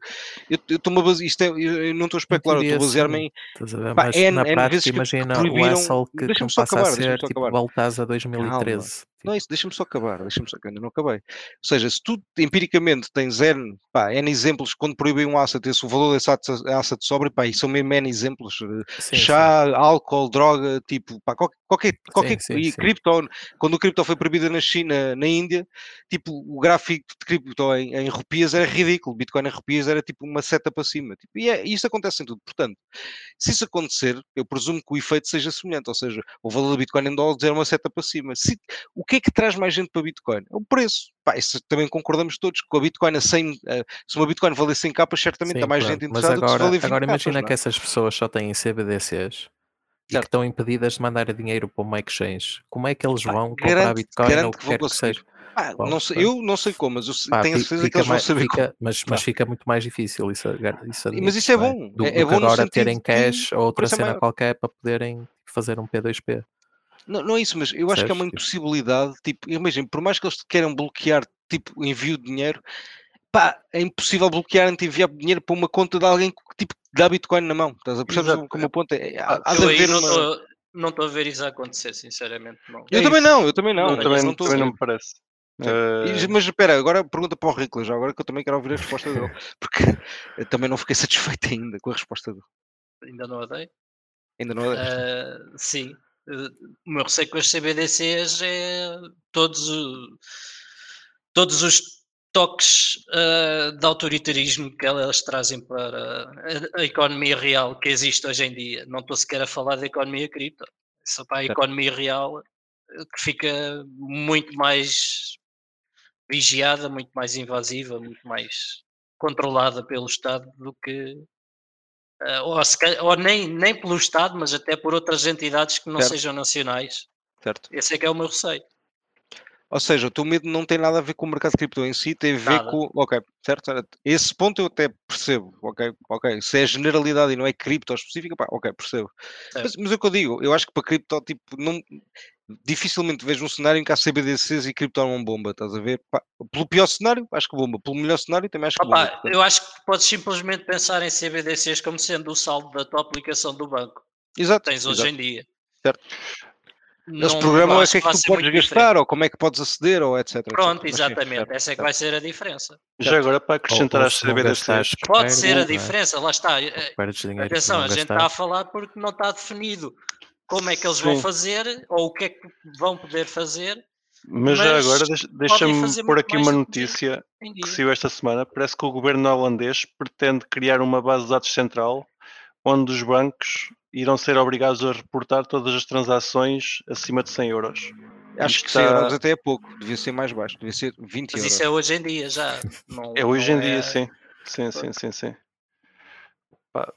S2: eu eu estou-me a base... isto é, eu eu não estou a especular, eu estou a
S3: teoria,
S2: basear-me
S3: sim.
S2: em
S3: Estás a ver?
S2: Pá,
S3: Mas
S2: N-
S3: na
S2: N vezes
S3: prática,
S2: que- que
S3: imagina o
S2: proibiram-
S3: asshol que, que não
S2: Deixa-me só
S3: passa
S2: acabar,
S3: a
S2: deixa-me
S3: ser
S2: só
S3: tipo
S2: acabar.
S3: voltás a 2013.
S2: Não, é isso, deixa-me só acabar, deixa-me só que ainda não acabei. Ou seja, se tu empiricamente tens N, pá, N exemplos, quando proíbem um asset, esse, o valor desse asset asset sobra, pá, e são mesmo N exemplos, eh,
S3: Tipo, sim, sim.
S2: chá, álcool, droga, tipo, pá, qualquer, qualquer, qualquer
S3: sim,
S2: e
S3: sim.
S2: cripto, quando o cripto foi proibido na China, na Índia, tipo, o gráfico de cripto em, em rupias era ridículo, Bitcoin em rupias era tipo uma seta para cima, tipo, e, é, e isto acontece em tudo, portanto, se isso acontecer, eu presumo que o efeito seja semelhante, ou seja, o valor do Bitcoin em dólares era uma seta para cima. Se- o que é que traz mais gente para Bitcoin? É o preço. Pá, isso também concordamos todos, que com a Bitcoin a 100, eh, se uma Bitcoin valer 100 capas, certamente
S3: Sim,
S2: há mais
S3: pronto.
S2: gente
S3: Mas
S2: interessada do que se
S3: agora,
S2: valer 20
S3: agora
S2: capas,
S3: imagina
S2: não é?
S3: que essas pessoas só têm CBDCs e que
S2: Certo.
S3: estão impedidas de mandar dinheiro para uma exchange. Como é que eles
S2: Pá,
S3: vão comprar
S2: garanto-
S3: Bitcoin
S2: garanto
S3: ou o
S2: que
S3: que
S2: vão
S3: quer que
S2: conseguir.
S3: seja?
S2: Pá,
S3: Bom,
S2: não sei-
S3: pronto.
S2: eu não sei como, mas eu se-
S3: Pá,
S2: tenho a
S3: fi-
S2: certeza que
S3: fica
S2: eles vão
S3: mais-
S2: saber como.
S3: fica- mas, mas fica muito mais difícil isso, gar- isso
S2: Mas
S3: admito,
S2: isso é
S3: não
S2: bom.
S3: Do,
S2: é, é
S3: do que
S2: bom no
S3: agora
S2: sentido
S3: terem
S2: que
S3: cash ou
S2: o
S3: outra
S2: preço é
S3: cena
S2: maior.
S3: qualquer para poderem fazer um P2P.
S2: Não, não é isso, mas eu acho que é uma
S3: Percebes? Tipo-
S2: impossibilidade. Tipo, imagina, por mais que eles queiram bloquear, tipo, o envio de dinheiro, pá, é impossível bloquear-te enviar dinheiro para uma conta de alguém que, tipo, dá Bitcoin na mão. Estás a perceber
S1: Exato.
S2: como o ponto é? é- há- há de
S4: Eu aí
S2: haver
S4: não
S2: uma-
S4: estou- não estou a ver isso a acontecer, sinceramente. Não.
S2: Eu
S1: É
S2: também
S1: isso.
S2: não, eu também não.
S4: Não,
S2: mas
S1: também
S2: não
S1: também
S2: estou a
S1: não
S2: ver.
S1: me parece. Eh,
S2: E- Mas espera, agora pergunta para o Ricolas, já agora que eu também quero ouvir a resposta dele, porque eu também não fiquei satisfeito ainda com a resposta dele.
S4: ainda não a dei.
S2: Ainda não a deste.
S4: Ah, sim. Uh, O meu receio com as CBDCs é todos, o- todos os toques ah, de autoritarismo que elas trazem para a, a economia real que existe hoje em dia. Não estou sequer a falar da economia cripto, É só para a
S2: Certo.
S4: economia real eh, que fica muito mais vigiada, muito mais invasiva, muito mais controlada pelo Estado do que eh, ou, se calhar- ou nem, nem pelo Estado, mas até por outras entidades que não
S2: Certo.
S4: sejam nacionais.
S2: certo?
S4: Esse é que é o meu receio.
S2: Ou seja, o teu medo não tem nada a ver com o mercado de cripto em si, tem a ver
S4: Nada.
S2: com. Ok, certo, certo. Esse ponto eu até percebo. Ok, ok. Se é generalidade e não é cripto específica, pá, ok, percebo. Mas,
S4: Certo.
S2: mas é o que eu digo, eu acho que para cripto, tipo, não, dificilmente vejo um cenário em que há CBDCs e cripto não bomba, estás a ver? Pá, pelo pior cenário, acho que bomba. Pelo melhor cenário, também acho que bomba.
S4: Opa, eu acho que podes simplesmente pensar em CBDCs como sendo o saldo da tua aplicação do banco
S2: Exato.
S4: que tens hoje
S2: exato.
S4: em dia.
S2: Certo. Eles programam é o que é que tu podes gastar, ou como é que podes aceder, ou etc. etc.
S4: Pronto,
S2: Mas sim,
S4: exatamente.
S2: certo.
S4: Essa é que vai ser a diferença.
S1: Já agora para acrescentar
S3: Ou- ou
S1: às
S3: se não gastares,
S1: CBDCs,
S3: que
S4: Pode
S3: perdes,
S4: ser a
S3: não é?
S4: diferença, lá está. eh,
S3: Que Perdes
S2: é
S3: dinheiro por
S4: Atenção,
S3: não
S4: a gente
S3: gastar.
S4: está a falar porque não está definido como é que eles vão
S1: Sim.
S4: fazer ou o que é que vão poder fazer.
S1: mas já
S4: mas
S1: agora deixa- deixa-me
S4: fazer
S1: pôr
S4: muito
S1: aqui
S4: mais
S1: uma
S4: do que
S1: notícia
S4: em
S1: que
S4: dia.
S1: saiu esta semana, parece que o governo holandês pretende criar uma base de dados central onde os bancos irão ser obrigados a reportar todas as transações acima de 100 euros.
S2: Acho que 100
S1: está-
S2: euros até é pouco, devia ser mais baixo, devia ser 20
S4: Mas
S2: euros.
S4: isso é hoje em dia já. Não,
S1: É hoje
S4: não
S1: em dia,
S4: é-
S1: sim. Sim, sim, sim, sim. Pá,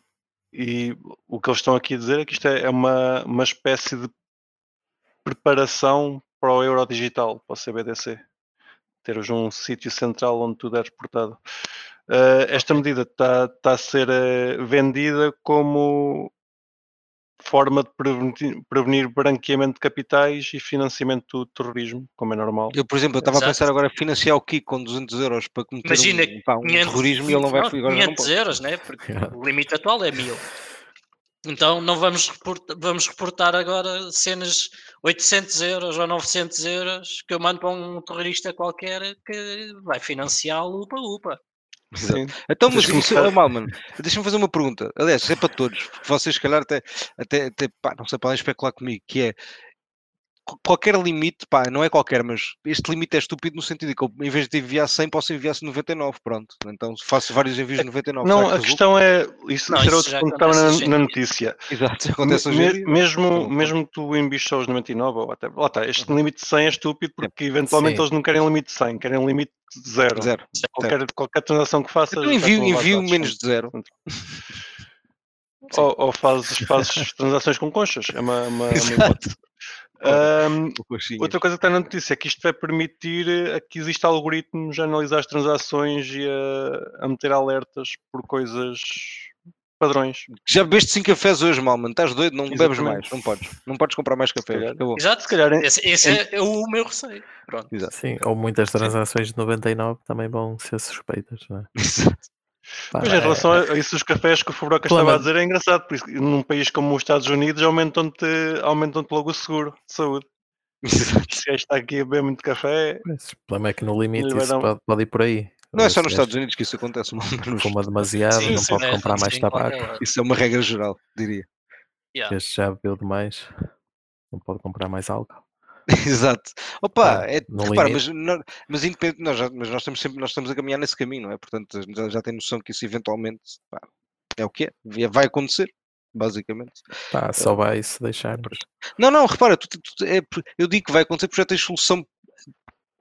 S1: E o que eles estão aqui a dizer é que isto é é uma, uma espécie de preparação para o euro digital, para o CBDC. Teres um sítio central onde tudo é reportado. Eh, esta medida está a ser eh, vendida como forma de prevenir, prevenir branqueamento de capitais e financiamento do terrorismo, como é normal.
S2: Eu, por exemplo, eu estava a
S4: Exato.
S2: pensar agora financiar o Kiko com 200 euros para cometer
S4: Imagina,
S2: um, pá, um terrorismo e ele não vai
S4: pronto,
S2: agora já não
S4: 500
S2: pode.
S4: euros, né? Porque o limite atual é 1000. Então não vamos reportar, vamos reportar agora cenas 800 euros ou 900 euros que eu mando para um terrorista qualquer que vai financiar o upa-upa.
S1: Sim.
S2: Então,
S1: Mas
S2: mas
S1: como
S2: isso
S1: sabe-
S2: é mal, mano. Deixa-me fazer uma pergunta. Aliás, isso é para todos, porque vocês, se calhar, até, até, até pá, não sei, podem especular comigo, que é qu- qualquer limite, pá, não é qualquer, mas este limite é estúpido no sentido de que eu, em vez de enviar 100, posso enviar 99, pronto. Então faço vários envios de 99. será
S1: Não,
S2: que
S1: a
S2: resulta?
S1: questão é. Isso,
S4: Não,
S1: isso era
S4: isso
S1: outro
S4: já
S1: ponto que estava
S4: acontece
S1: na,
S4: hoje em
S1: na
S4: dia.
S1: notícia.
S2: Exato, [laughs]
S1: Me-
S2: acontece hoje em
S1: me-
S2: dia.
S1: mesmo,
S2: Não,
S1: mesmo que tu embiches os 99, ou até, lá está, este limite de 100 é estúpido porque eventualmente
S3: Sim.
S1: eles não querem limite de 100, querem um limite de zero.
S2: Zero.
S1: Qualquer, qualquer transação que faças.
S2: Então
S1: já estão
S4: Tá
S2: envio,
S1: lá
S2: envio
S1: dados.
S2: menos de zero.
S1: Ou, ou fazes, fazes [laughs] transações com conchas. É uma, uma- uma hipótese.
S2: Exato.
S1: Ahm,
S2: Coxinhas.
S1: outra coisa que está na notícia é que isto vai permitir eh, a que exista algoritmos a analisar as transações e a, a meter alertas por coisas padrões.
S2: Já bebeste 5 cafés hoje, mal, mano. Estás doido? Não bebes mais.
S1: Exatamente.
S2: Não podes. Não podes comprar mais café.
S1: calhar.
S2: Acabou.
S4: Exato,
S1: Se calhar em-
S4: esse, esse é, é o meu receio. Pronto.
S3: Sim, ou muitas transações de 99 também vão ser suspeitas, não é?
S2: [laughs]
S3: Pá,
S1: Mas em
S3: é-
S1: relação a a isso, os cafés que o Fubroca estava a
S3: Plano-
S1: dizer é engraçado, por isso, que num país como os Estados Unidos aumentam-te aumentam logo o seguro de saúde. Este gajo está aqui a beber muito café,
S3: Mas O problema é que no limite
S1: Mas vai
S3: isso
S1: dar um-
S3: pode, pode ir por aí.
S2: Não é só
S3: Esse
S2: nos
S3: gajo
S2: Estados Unidos que isso acontece, mal. mas
S3: Fuma demasiado,
S4: Sim,
S3: não
S4: sim,
S3: pode
S4: né?
S3: comprar mais
S4: Sim, qualquer
S3: tabaco.
S4: lado.
S2: Isso é uma regra geral, diria. [laughs]
S4: Yeah.
S3: Este já bebeu demais, não pode comprar mais álcool.
S2: Exato. Opa,
S3: Ah,
S2: é,
S3: no
S2: repara, mas,
S3: limite.
S2: nó- mas independente, nós, já- mas nós estamos sempre nós estamos a caminhar nesse caminho, não é? Portanto, já, já tem noção que isso eventualmente pá, é o que é. e Vai acontecer, basicamente.
S3: Pá, só vai se deixar.
S2: Não, não, repara, tu- tu- tu- é por- eu digo que vai acontecer porque já tens solução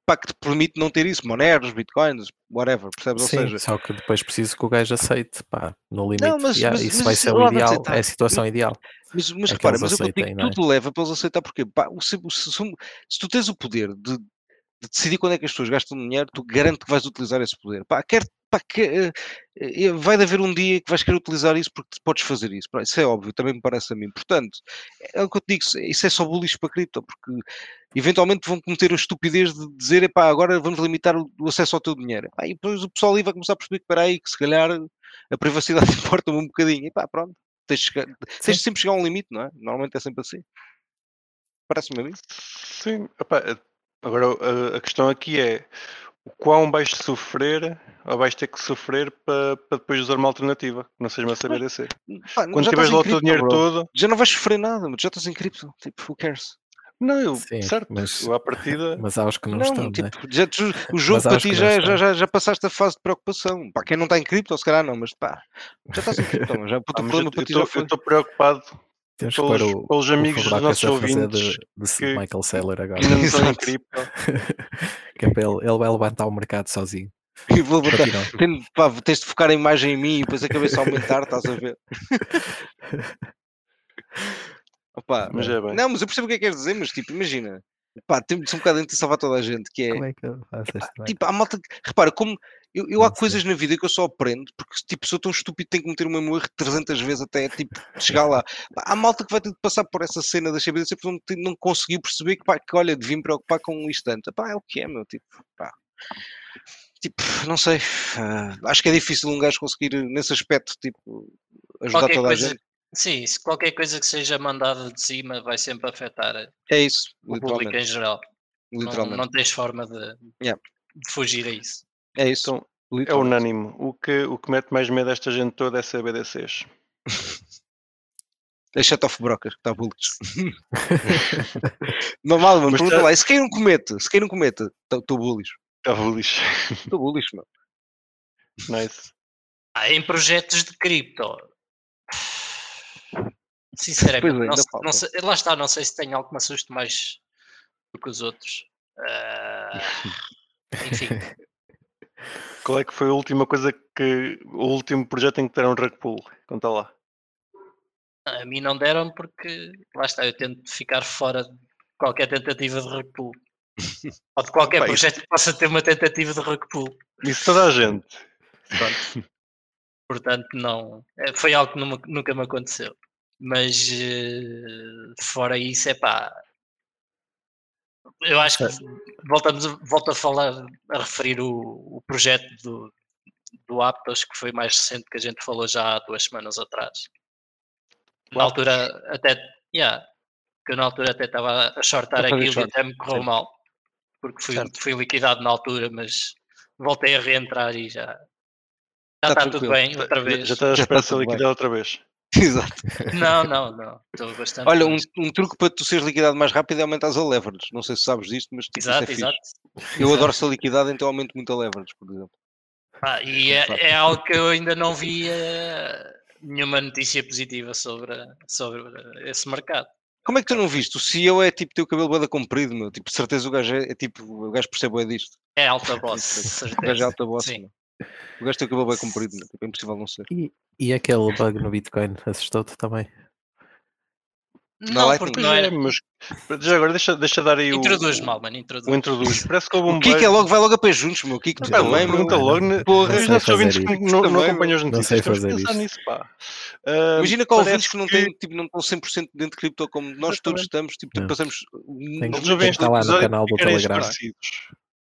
S2: pá, que te permite não ter isso, moneros, bitcoins, whatever, percebes?
S3: Sim,
S2: Ou seja,
S3: só que depois preciso que o gajo aceite. Pá, no limite,
S2: mas-
S3: yeah,
S2: mas-
S3: isso
S2: mas
S3: vai
S2: isso
S3: ser
S2: lá
S3: o
S2: vai
S3: ideal,
S2: aceitar.
S3: é a situação ideal.
S2: Mas, mas
S3: É que
S2: repara,
S3: eles
S2: mas eu contigo
S3: aceitem, não é?
S2: tudo leva para eles aceitar, porque pá, o se, o se- se um- se tu tens o poder de, de decidir quando é que as pessoas gastam dinheiro, tu garanto que vais utilizar esse poder. Pá, quer, pá, que, eh, eh, vai de haver um dia que vais querer utilizar isso porque podes fazer isso. Pá, Isso é óbvio, também me parece a mim. Portanto, é o que eu te digo, isso- isso é só bullish para cripto, porque eventualmente vão cometer a estupidez de dizer, epá, agora vamos limitar o, o acesso ao teu dinheiro. Epá, e depois o pessoal ali vai começar a perceber que, peraí, que se calhar a privacidade [laughs] importa-me um bocadinho. E pá, pronto. Tens de chegar- Tens de sempre chegar a um limite, não é? Normalmente é sempre assim. Parece-me a mim.
S1: Sim, epá, Agora, a, a questão aqui é o quão vais sofrer ou vais ter que sofrer para, para depois usar uma alternativa, que não seja uma CBDC.
S2: Pá,
S1: Quando
S2: já
S1: tiveres
S2: estás em
S1: lá o teu
S2: cripto,
S1: dinheiro
S2: bro.
S1: todo,
S2: Já não vais sofrer nada, mas já estás em cripto. Tipo, who cares?
S1: não, eu,
S3: Sim,
S1: certo,
S3: mas-
S1: eu à partida.
S3: [laughs] Mas há os que não,
S2: Não,
S3: estão, né?
S2: tipo, já tu- o jogo
S3: Mas
S2: para
S3: acho
S2: ti
S3: que
S2: já, é,
S3: não
S2: já,
S3: está.
S2: já, já passaste a fase de preocupação. Pá, quem não está em cripto, ou se calhar não, mas pá, já estás em cripto,
S3: [laughs]
S2: mas já o
S1: Ah, mas
S2: problema
S1: eu-
S2: para ti
S1: eu
S2: já foi.
S1: estou preocupado
S3: Temos que
S1: pelos-
S3: pôr o,
S1: pelos
S3: o
S1: amigos
S3: Fabraco
S1: dos nossos
S3: essa fazer
S1: ouvintes
S3: de, de
S1: que-
S3: Michael Seller agora.
S1: que não
S3: [laughs]
S1: estão em
S2: Exato.
S1: cripto.
S3: que é para ele, ele vai levantar o mercado sozinho.
S2: E vou
S3: Para
S2: botar.
S3: ti não.
S2: Tem- pá, tens de focar a imagem em mim e depois a cabeça a aumentar, estás a
S3: [laughs]
S2: ver? Opa,
S1: Mas é bem.
S2: não, mas eu percebo o que é que queres dizer, mas tipo, imagina, pá, temos um bocado entre salvar toda a gente, que é
S3: Como é que eu faço este mercado?
S2: tipo, há malta que- repara, como eu, eu há
S3: Pode ser.
S2: coisas na vida que eu só aprendo porque tipo, sou tão estúpido tenho que meter o mesmo erro 300 vezes até tipo, chegar lá. Pá, Há malta que vai ter de passar por essa cena da CBDC porque não, te- não conseguiu perceber que, pá, que olha, devia me preocupar com um instante. Pá, é o que é, meu, tipo, pá. Tipo, não sei. ah, acho que é difícil um gajo conseguir nesse aspecto, tipo, ajudar
S4: Qualquer
S2: toda a
S4: coisa,
S2: gente.
S4: sim, se qualquer coisa que seja mandada de cima vai sempre afetar
S2: É isso,
S4: o público
S2: literalmente.
S4: em geral. Não-
S2: literalmente.
S4: Não, tens forma de,
S2: Yeah.
S4: de fugir a isso.
S2: é isso.
S1: Então, É
S2: literalmente.
S1: unânime. O que, o que mete mais medo a esta gente toda é CBDCs.
S2: Exceto off broker, está [laughs] bullish. Normal, mano,
S1: Mas
S2: pergunta
S1: tá-
S2: lá. E se cair um cometa, se cair um cometa, estou bullish.
S1: Tá bullish.
S2: Estou bullish, [laughs] mano.
S1: [laughs] Nice.
S4: Ah, em projetos de cripto. Sinceramente,
S2: Pois é,
S4: não
S2: ainda
S4: se- não
S2: falta.
S4: sei- lá está, não sei se tem algo que me assuste mais do que os outros. Ah,
S2: [laughs]
S4: enfim,
S1: Qual é que foi a última coisa que. O último projeto em que deram um rug pull? Conta lá.
S4: a mim não deram porque lá está, eu tento ficar fora de qualquer tentativa de rug pull. Ou de qualquer
S1: Opa, isso-
S4: projeto que possa ter uma tentativa de rug pull.
S1: Isso toda a gente.
S4: Pronto. Portanto, não. eh, Foi algo que numa- nunca me aconteceu. Mas eh, fora isso, é pá. Eu acho que voltamos, a- volto a falar, a referir o, o projeto do, do Aptos, que foi mais recente que a gente falou já há duas semanas atrás. Na altura, até. Yeah, que eu na altura até estava a shortar
S2: A fazer
S4: aquilo e
S2: short,
S4: até me correu
S2: sim.
S4: mal. Porque fui,
S2: Certo.
S4: fui liquidado na altura, mas voltei a reentrar e já, já
S2: Tá
S4: está tudo
S2: tranquilo.
S4: bem outra vez.
S1: Já estás à
S2: [laughs] Já
S1: espera
S2: tá
S1: de ser
S2: tudo bem.
S1: liquidado outra vez.
S2: Exato.
S4: Não, não, não. Estou bastante.
S2: Olha, um,
S4: feliz.
S2: um truque para tu seres liquidado mais rápido é aumentar a leverage. Não sei se sabes disto, mas tipo,
S4: Exato,
S2: isso é
S4: exato.
S2: fixe. Eu adoro ser liquidado, então aumento muito a leverage, por exemplo.
S4: Ah, e é, é algo que eu ainda não vi eh, nenhuma notícia positiva sobre, sobre esse mercado.
S2: Como é que tu não viste? O CEO é tipo teu cabelo bada comprido, meu. Tipo, de certeza o gajo é, é tipo, o gajo percebe é disto.
S4: É
S2: [laughs]
S4: alta voz, de
S2: O gajo é
S4: certeza.
S2: alta boss,
S4: Sim.
S2: meu. O gajo tem o cabelo bem comprido, meu. Tipo, é impossível não ser.
S3: E aquele bug no Bitcoin assustou-te também?
S2: Não, assim,
S4: Não,
S2: Lightning.
S4: porque
S1: Pois
S4: não
S1: é,
S4: era.
S1: mas. Já agora, deixa, deixa dar aí o.
S4: Introduz mal, mano,
S1: O
S4: introduz.
S1: introduz. Parece que houve um
S2: O Kiko é logo, vai logo a pé juntos, meu. O Kiko
S1: bug.
S2: tu
S1: Pá,
S2: também, meu.
S1: pergunta logo. né?
S2: é? Porra.
S3: Não
S1: Os
S3: sei
S1: nossos ouvintes
S3: fazer
S1: que não, não
S2: Também,
S1: acompanham as notícias.
S3: sei
S1: Temos que
S3: fazer
S1: pensar
S3: isto.
S1: nisso, pá. Ah,
S2: Imagina que há ouvintes
S1: parece
S2: que não,
S1: que-
S2: têm, tipo, não estão 100% dentro de cripto como nós todos estamos, tipo,
S3: Não.
S2: passamos um
S3: Tem
S1: Eles
S3: que
S1: ouvem
S3: estar lá é? no
S1: episódio
S3: canal do
S1: para ficarem
S3: Telegram.
S1: esclarecidos.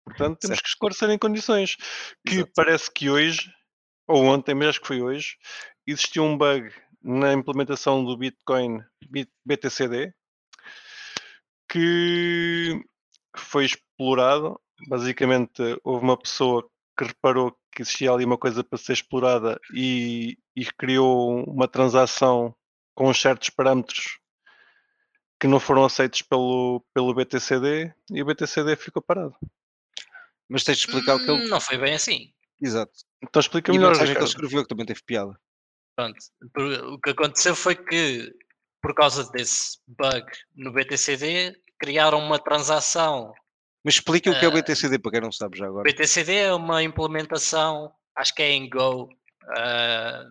S1: Portanto, temos que esclarecer em condições. Que parece que hoje, ou ontem, mas acho que foi hoje, existiu um bug na implementação do Bitcoin Bit- BTCD que foi explorado. Basicamente, houve uma pessoa que reparou que existia ali uma coisa para ser explorada e, e criou uma transação com certos parâmetros que não foram aceitos pelo, pelo BTCD e o BTCD ficou parado.
S2: mas tens de explicar o que ele.
S4: Não foi bem assim.
S2: Exato.
S1: Então explica
S2: E a
S1: melhor,
S2: mensagem que ele
S1: Ricardo.
S2: escreveu que também teve piada.
S4: Pronto. Por- O que aconteceu foi que, por causa desse bug no BTCD, criaram uma transação
S2: Mas explica o que é
S4: Eh,
S2: o BTCD para quem não sabe já agora.
S4: BTCD é uma implementação, acho que é em Go, ah,